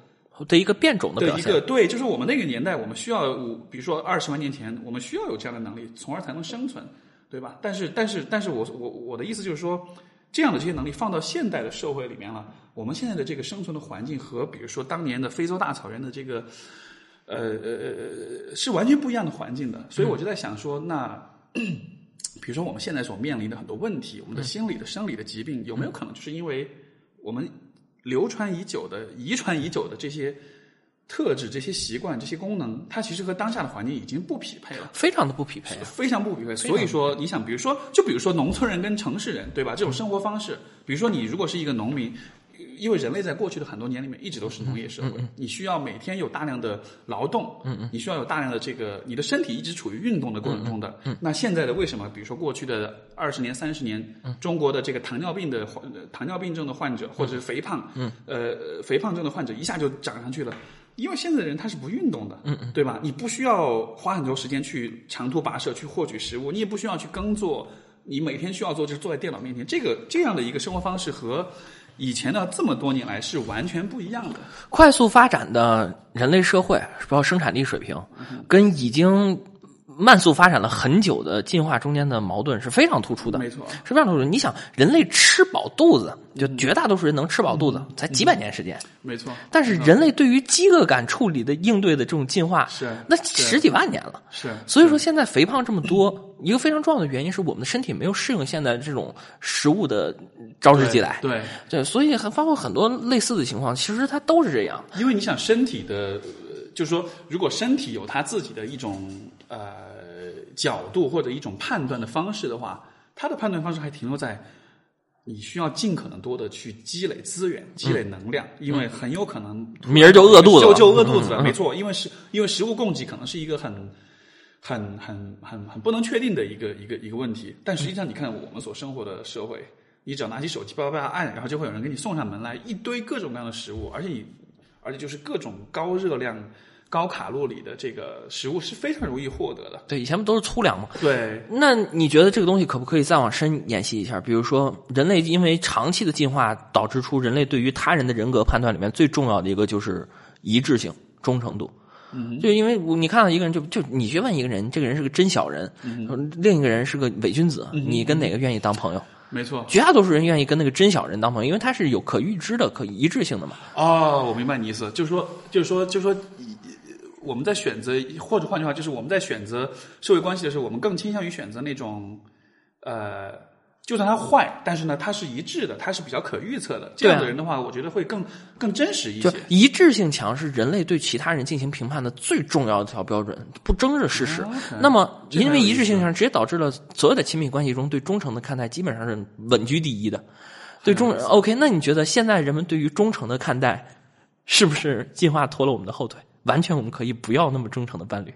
B: 的一个变种的
A: 的
B: 表
A: 一
B: 现。
A: 个对，就是我们那个年代，我们需要，我比如说二十万年前，我们需要有这样的能力，从而才能生存，对吧？但是，但是，但是我我我的意思就是说，这样的这些能力放到现代的社会里面了，我们现在的这个生存的环境和比如说当年的非洲大草原的这个，呃呃呃呃，是完全不一样的环境的。所以我就在想说，那。比如说，我们现在所面临的很多问题，我们的心理的、生理的疾病，有没有可能就是因为我们流传已久的、遗传已久的这些特质、这些习惯、这些功能，它其实和当下的环境已经不匹配了。
B: 非常的不匹配啊，
A: 非常不匹配，所以说你想，比如说，就比如说农村人跟城市人，对吧？这种生活方式，比如说你如果是一个农民，呃因为人类在过去的很多年里面一直都是农业社会，你需要每天有大量的劳动，
B: 嗯
A: 你需要有大量的这个，你的身体一直处于运动的过程中的。
B: 嗯
A: 那现在的为什么，比如说过去的二十年、三十年，
B: 嗯
A: 中国的这个糖尿病的患呃糖尿病症的患者或者是肥胖，
B: 嗯
A: 呃肥胖症的患者一下就涨上去了。因为现在的人他是不运动的，嗯嗯，对吧？你不需要花很多时间去长途跋涉去获取食物，你也不需要去耕作，你每天需要做就是坐在电脑面前。这个这样的一个生活方式和以前的这么多年来是完全不一样的。
B: 快速发展的人类社会，包括生产力水平，跟已经慢速发展了很久的进化中间的矛盾是非常突出的。
A: 没错
B: 是非常突出。你想，人类吃饱肚子，就
A: 嗯
B: 绝大多数人能吃饱肚子，才几百年时间。
A: 没错，
B: 但是人类对于饥饿感处理的应对的这种进化，
A: 是
B: 那
A: 是
B: 十几万年了。
A: 是
B: 所以说，现在肥胖这么多，一个非常重要的原因是我们的身体没有适应现在这种食物的招之即来。
A: 对，
B: 对，所以很包括很多类似的情况，其实它都是这样。
A: 因为你想身体的，呃就是说，如果身体有他自己的一种呃角度或者一种判断的方式的话，他的判断方式还停留在你需要尽可能多的去积累资源、积累能量，因为很有可能
B: 嗯明儿就饿肚子
A: 就
B: 了嗯
A: 就饿肚子了，没错，因为食因为食物供给可能是一个很。很很很很不能确定的一个一个一个问题，但实际上你看我们所生活的社会，你只要拿起手机叭叭叭按，然后就会有人给你送上门来一堆各种各样的食物，而且你而且就是各种高热量、高卡路里的这个食物是非常容易获得的。
B: 对，以前不都是粗粮吗？
A: 对，
B: 那你觉得这个东西可不可以再往深演析一下？比如说，人类因为长期的进化，导致出人类对于他人的人格判断里面最重要的一个就是一致性、忠诚度。嗯，就因为我你看到一个人就，就你去问一个人，这个人是个真小人，
A: 嗯
B: 另一个人是个伪君子，你跟哪个愿意当朋友？
A: 没错。
B: 绝大多数人愿意跟那个真小人当朋友，因为他是有可预知的、可一致性的嘛。
A: 哦，我明白你意思，就是说，就是说，就是说，以我们在选择，或者换句话，就是我们在选择社会关系的时候，我们更倾向于选择那种，呃，就算它坏，但是呢，它是一致的，它是比较可预测的。这样的人的话，我觉得会更更真实一
B: 就
A: 些。
B: 一致性强是人类对其他人进行评判的最重要的一条标准，不争这事实。
A: 哦 OK
B: 那么，
A: 这很
B: 因为
A: 有意
B: 一致性
A: 思
B: 强，直接导致了所有的亲密关系中对忠诚的看待基本上是稳居第一的。对忠，OK，那你觉得现在人们对于忠诚的看待，是不是进化拖了我们的后腿？完全，我们可以不要那么忠诚的伴侣，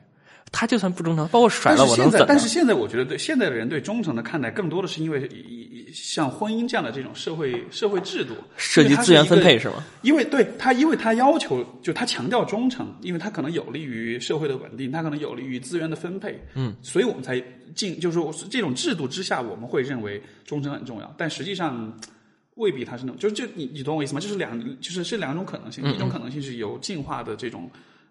B: 他就算不忠诚，包括甩
A: 但
B: 了
A: 是
B: 我
A: 现
B: 能
A: 在
B: 怎，
A: 但
B: 么
A: 是？现在我觉得对现在的人对忠诚的看待，更多的是因为以以像婚姻这样的这种社会社会制度，
B: 涉
A: 因为
B: 及
A: 它是
B: 资源
A: 一
B: 分
A: 个
B: 配是吗？
A: 因为对他，因为他要求，就他强调忠诚，因为他可能有利于社会的稳定，他可能有利于资源的分配，嗯，所以我们才进，就是说这种制度之下，我们会认为忠诚很重要，但实际上未必它是那种，就是就你你懂我意思吗？就是两，就是是两种可能性，一种可能性是由进化的这种。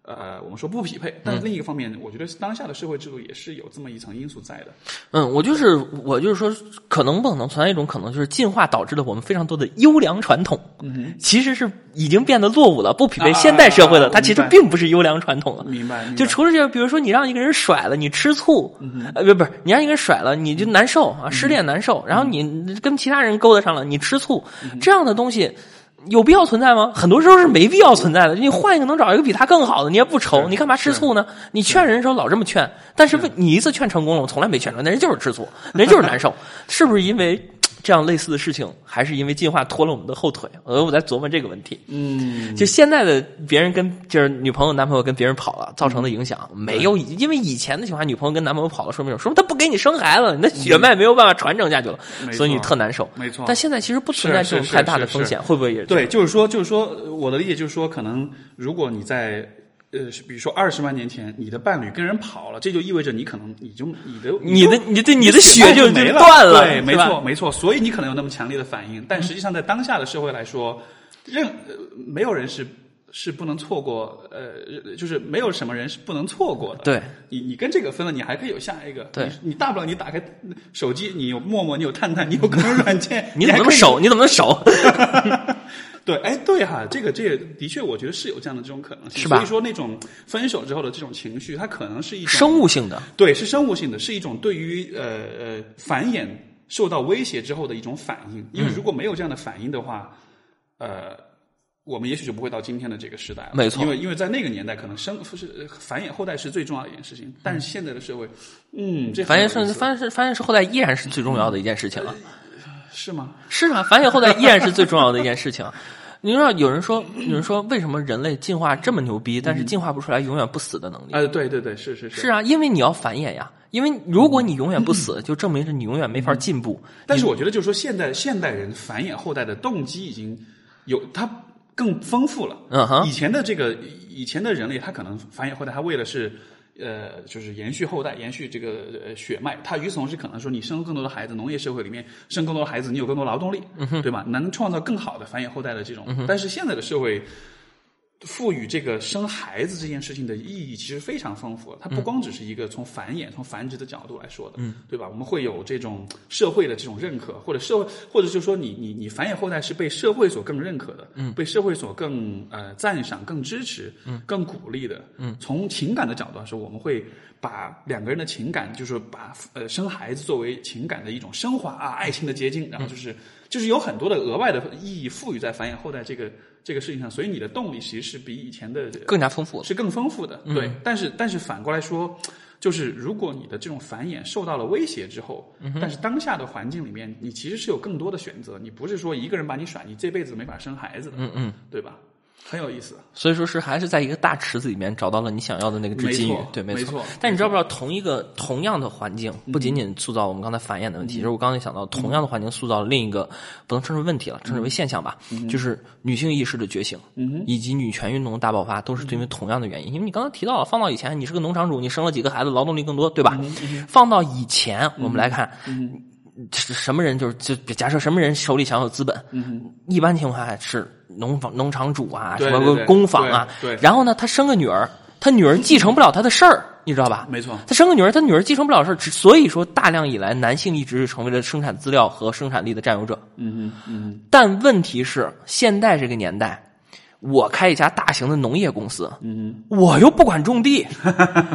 A: 呃，我们说不匹配，但另一个方面，我觉得当下的社会制度也是有这么一层因素在的。
B: 嗯，我就是我就是说，可能不可能存在一种可能，就是进化导致了我们非常多的优良传统，嗯、其实是已经变得落伍了，不匹配现代社会了。
A: 啊
B: 它其实
A: 明白
B: 并不是优良传统了。
A: 明白，嗯明白
B: 嗯就除了这个，比如说你让一个人甩了，你吃醋，呃，不是不是，你让一个人甩了，你
A: 嗯
B: 就
A: 嗯
B: 难受啊，失恋难受，然后你跟其他人勾搭上了，你吃醋，这样的东西。有必要存在吗？很多时候是没必要存在的。你换一个能找一个比他更好的，你也不愁，你干嘛吃醋呢？你劝人的时候老这么劝，但是问你一次劝成功了，我从来没劝成，那人就是吃醋，那人就是
A: (laughs)
B: 难受，是不是因为？这样类似的事情，还是因为进化拖了我们的后腿。呃，我在琢磨这个问题。
A: 嗯，
B: 就现在的别人跟就是女朋友、男朋友跟别人跑了，
A: 嗯
B: 造成的影响没有以，因为以前的情况下，女朋友跟男朋友跑了，说明什么？说明他不给你生孩子，你的血脉没有办法传承下去了，
A: 没错
B: 所以你特难受。
A: 没错
B: 但现在其实不存在这
A: 是
B: 种
A: 是
B: 太大的
A: 是
B: 风
A: 是
B: 险，会不会也
A: 对，就是说，就是说，呃我的理解就是说，可能如果你在呃，是比如说二十万年前，你的伴侣跟人跑了，这就意味着你可能你就你的
B: 你的
A: 就
B: 你对你
A: 你
B: 的血
A: 脉
B: 就
A: 没
B: 就
A: 了，
B: 断了，
A: 对，没
B: 是吧嗯
A: 错，没错，所以你可能有那么强烈的反应，但实际上在当下的社会来说，任呃没有人是。是不能错过，呃，就是没有什么人是不能错过的。
B: 对，
A: 你你跟这个分了，你还可以有下一个。
B: 对
A: 你，你大不了你打开手机，你有陌陌，你有探探，你有各
B: (laughs)
A: 种软件，
B: 你怎么
A: 还
B: 那
A: 可
B: 么
A: 以
B: 守？你怎么
A: (laughs)
B: 能守？
A: 对，哎，对哈、这个这个的确，我觉得是有这样的这种可能性，
B: 是吧
A: 所以说那种分手之后的这种情绪，它可能是一种
B: 生物性的，
A: 对，是生物性的，是一种对于呃呃繁衍受到威胁之后的一种反应。因为
B: 嗯
A: 如果没有这样的反应的话，呃，我们也许就不会到今天的这个时代了。
B: 没错
A: 因为因为在那个年代，可能生是呃繁衍后代是最重要的一件事情，但是现在的社会，嗯，这很
B: 繁
A: 有
B: 衍
A: 意思
B: 是繁是繁衍是后代依然是最重要的一件事情了。
A: 是吗？
B: 是啊，繁衍后代依然是最重要的一件事情。你知道有人说，有人说为什么人类进化这么牛逼，但是进化不出来永远不死的能力？
A: 啊、对对对，是是是
B: 是啊，因为你要繁衍呀。因为如果你永远不死，就证明是你永远没法进步。
A: 但是我觉得，就是说现代现代人繁衍后代的动机已经有它更丰富了。
B: 嗯哼
A: 以前的这个以前的人类，他可能繁衍后代，他为了是。呃，就是延续后代，延续这个呃血脉。他与此同时，可能说你生更多的孩子，农业社会里面生更多的孩子，你有更多劳动力，对吧？能创造更好的繁衍后代的这种。但是现在的社会，赋予这个生孩子这件事情的意义其实非常丰富，它不光只是一个从繁衍、从繁殖的角度来说的，对吧？我们会有这种社会的这种认可，或者社会，或者就是说你你你繁衍后代是被社会所更认可的，被社会所更呃赞赏、更支持、更鼓励的。从情感的角度来说，我们会把两个人的情感，就是把呃生孩子作为情感的一种升华啊，爱情的结晶，然后就是就是有很多的额外的意义赋予在繁衍后代这个这个事情上，所以你的动力其实是比以前的
B: 更加丰富了。
A: 是更丰富的，对。但是但是反过来说，就是如果你的这种繁衍受到了威胁之后，但是当下的环境里面，你其实是有更多的选择，你不是说一个人把你甩，你这辈子没法生孩子的，嗯
B: 嗯，
A: 对吧？很有意思，
B: 所以说是还是在一个大池子里面找到了你想要的那个只金鱼
A: 没错，
B: 对，
A: 没
B: 错
A: 错。嗯
B: 但你知道不知道，同一个同样的环境，不仅仅塑造我们刚才繁衍的问题，就是我刚才想到，同样的环境塑造了另一个不能称之为问题了，称之
A: 嗯
B: 为现象吧，就是女性意识的觉醒，以及女权运动的大爆发，都
A: 嗯
B: 是因为同样的原因。因为你刚才提到了，放到以前，你是个农场主，你生了几个孩子，劳动力更多，对
A: 嗯
B: 吧？放到以前，我们来看。是什么人就是就假设什么人手里想有资本，
A: 嗯
B: 一般情况下是农房农场主啊，
A: 对
B: 什
A: 对
B: 么
A: 对
B: 工坊啊，
A: 对对
B: 然后呢，他生个女儿，他女儿继承不了他的事儿，你知道吧？
A: 没错
B: 他生个女儿，他女儿继承不了事儿，只所以说大量以来，男性一直是成为了生产资料和生产力的占有者。
A: 嗯嗯嗯，
B: 但问题是，现在这个年代，我开一家大型的农业公司，嗯，我又不管
A: (laughs)
B: 种地。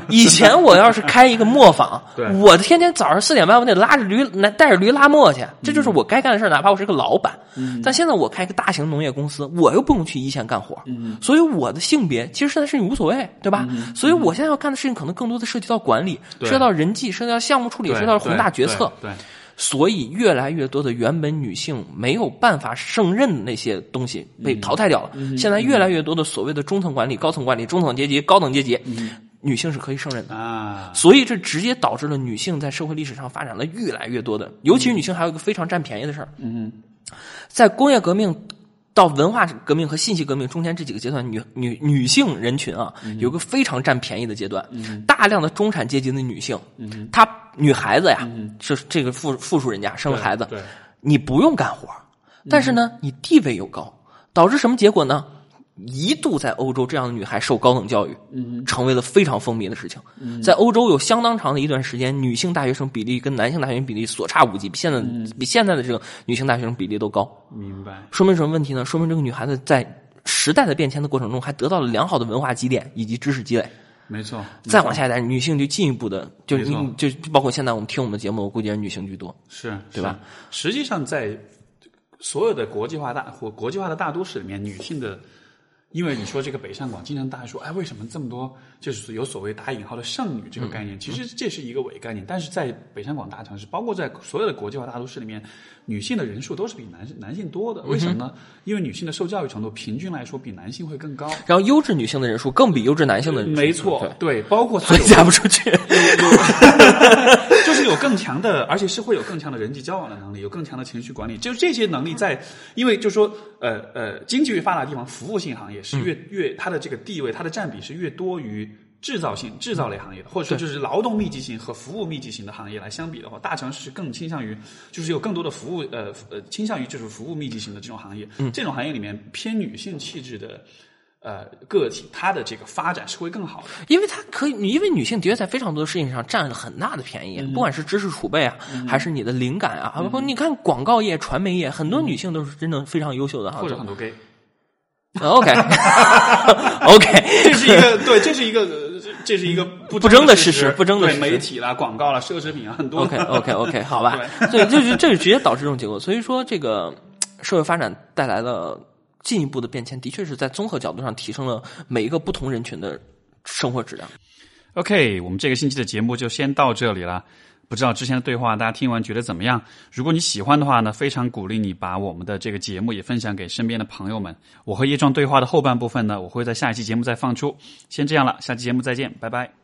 B: 以前我要是开一个磨坊
A: 对，
B: 我天天早上四点半我得拉着驴，拿带着驴拉磨去，这
A: 嗯
B: 就是我该干的事儿哪怕我是个老板，但现在我开一个大型农业公司，我又不用去一线干活，
A: 嗯
B: 所以我的性别其实这件事情无所谓，对吧？所以我现在要干的事情可能更多的涉及到管理，
A: 对
B: 涉及到人际，涉及到项目处理，涉及到宏大决策。
A: 对，对
B: 所以越来越多的原本女性没有办法胜任的那些东西被淘汰掉了。现在越来越多的所谓的中层管理、高层管理、中层阶级、高等阶级，女性是可以胜任的。
A: 对啊，
B: 所以这直接导致了女性在社会历史上发展了越来越多的，尤其是女性还有一个非常占便宜的事儿，
A: 嗯，
B: 在工业革命到文化革命和信息革命中间这几个阶段，女女女性人群啊，
A: 嗯
B: 有个非常占便宜的阶段，大量的中产阶级的女性，
A: 嗯
B: 她女孩子呀，是这个富富庶人家生了孩子，
A: 对，对
B: 你不用干活儿，
A: 嗯
B: 但是呢，你地位又高，导致什么结果呢？一度在欧洲，这样的女孩受高等教育，
A: 嗯
B: 成为了非常风靡的事情。在欧洲有相当长的一段时间，女性大学生比例跟男性大学生比例所差无几，比现在
A: 嗯
B: 比现在的这个女性大学生比例都高。
A: 明白，
B: 说明什么问题呢？说明这个女孩子在时代的变迁的过程中，还得到了良好的文化积淀以及知识积累。
A: 没错，
B: 再往下一代，女性就进一步的，就是
A: 没错
B: 你就包括现在我们听我们的节目，我估计也是女性居多。
A: 是，
B: 对吧
A: 是？实际上，在所有的国际化大或国际化的大都市里面，女性的，因为你说这个北上广，经常大家说，哎，为什么这么多就是有所谓打引号的剩女这个概念？其
B: 嗯
A: 实这是一个伪概念，但是在北上广大城市，包括在所有的国际化大都市里面，女性的人数都是比男男性多
B: 嗯
A: 的。为什么呢？因为女性的受教育程度平均来说比男性会更高。
B: 然后优质女性的人数更比优质男性的人数
A: 没错
B: 对，
A: 对，包括她
B: 所以
A: 有
B: 嫁不出去。
A: 就是有更强的，而且是会有更强的人际交往的能力，有更强的情绪管理，就这些能力在，因为就说呃呃，经济越发达的地方，服务性行业是越、越它的这个地位，它的占比是越多于。制造性、制造类行业的，或者说就是劳动密集型和服务密集型的行业来相比的话，大城市更倾向于就是有更多的服务呃呃倾向于就是服务密集型的这种行业，这种行业里面偏女性气质的呃个体，它的这个发展是会更好的。
B: (laughs) 因为她可以，因为女性的确在非常多的事情上占了很大的便宜，
A: 嗯
B: 不管是知识储备啊，还是你的灵感啊，包括你看广告业、传媒业，很多女性都是真的非常优秀的哈。
A: 嗯或者很多 gay，
B: OK (laughs) OK，
A: (laughs) 这是一个对，这是一个呃这是一个不
B: 不争的事实不争的
A: 对
B: 事实
A: 媒体啦、广告啦、奢侈品啊，很多
B: OK OK OK，好吧，
A: 对
B: 所以这就这就直接导致这种结果。所以说，这个嘖社会发展带来了进一步的变迁，的确是在综合角度上提升了每一个不同人群的生活质量。
A: OK，我们这个星期的节目就先到这里了。不知道之前的对话大家听完觉得怎么样？如果你喜欢的话呢，非常鼓励你把我们的这个节目也分享给身边的朋友们。我和叶壮对话的后半部分呢，我会在下一期节目再放出。先这样了，下期节目再见，拜拜。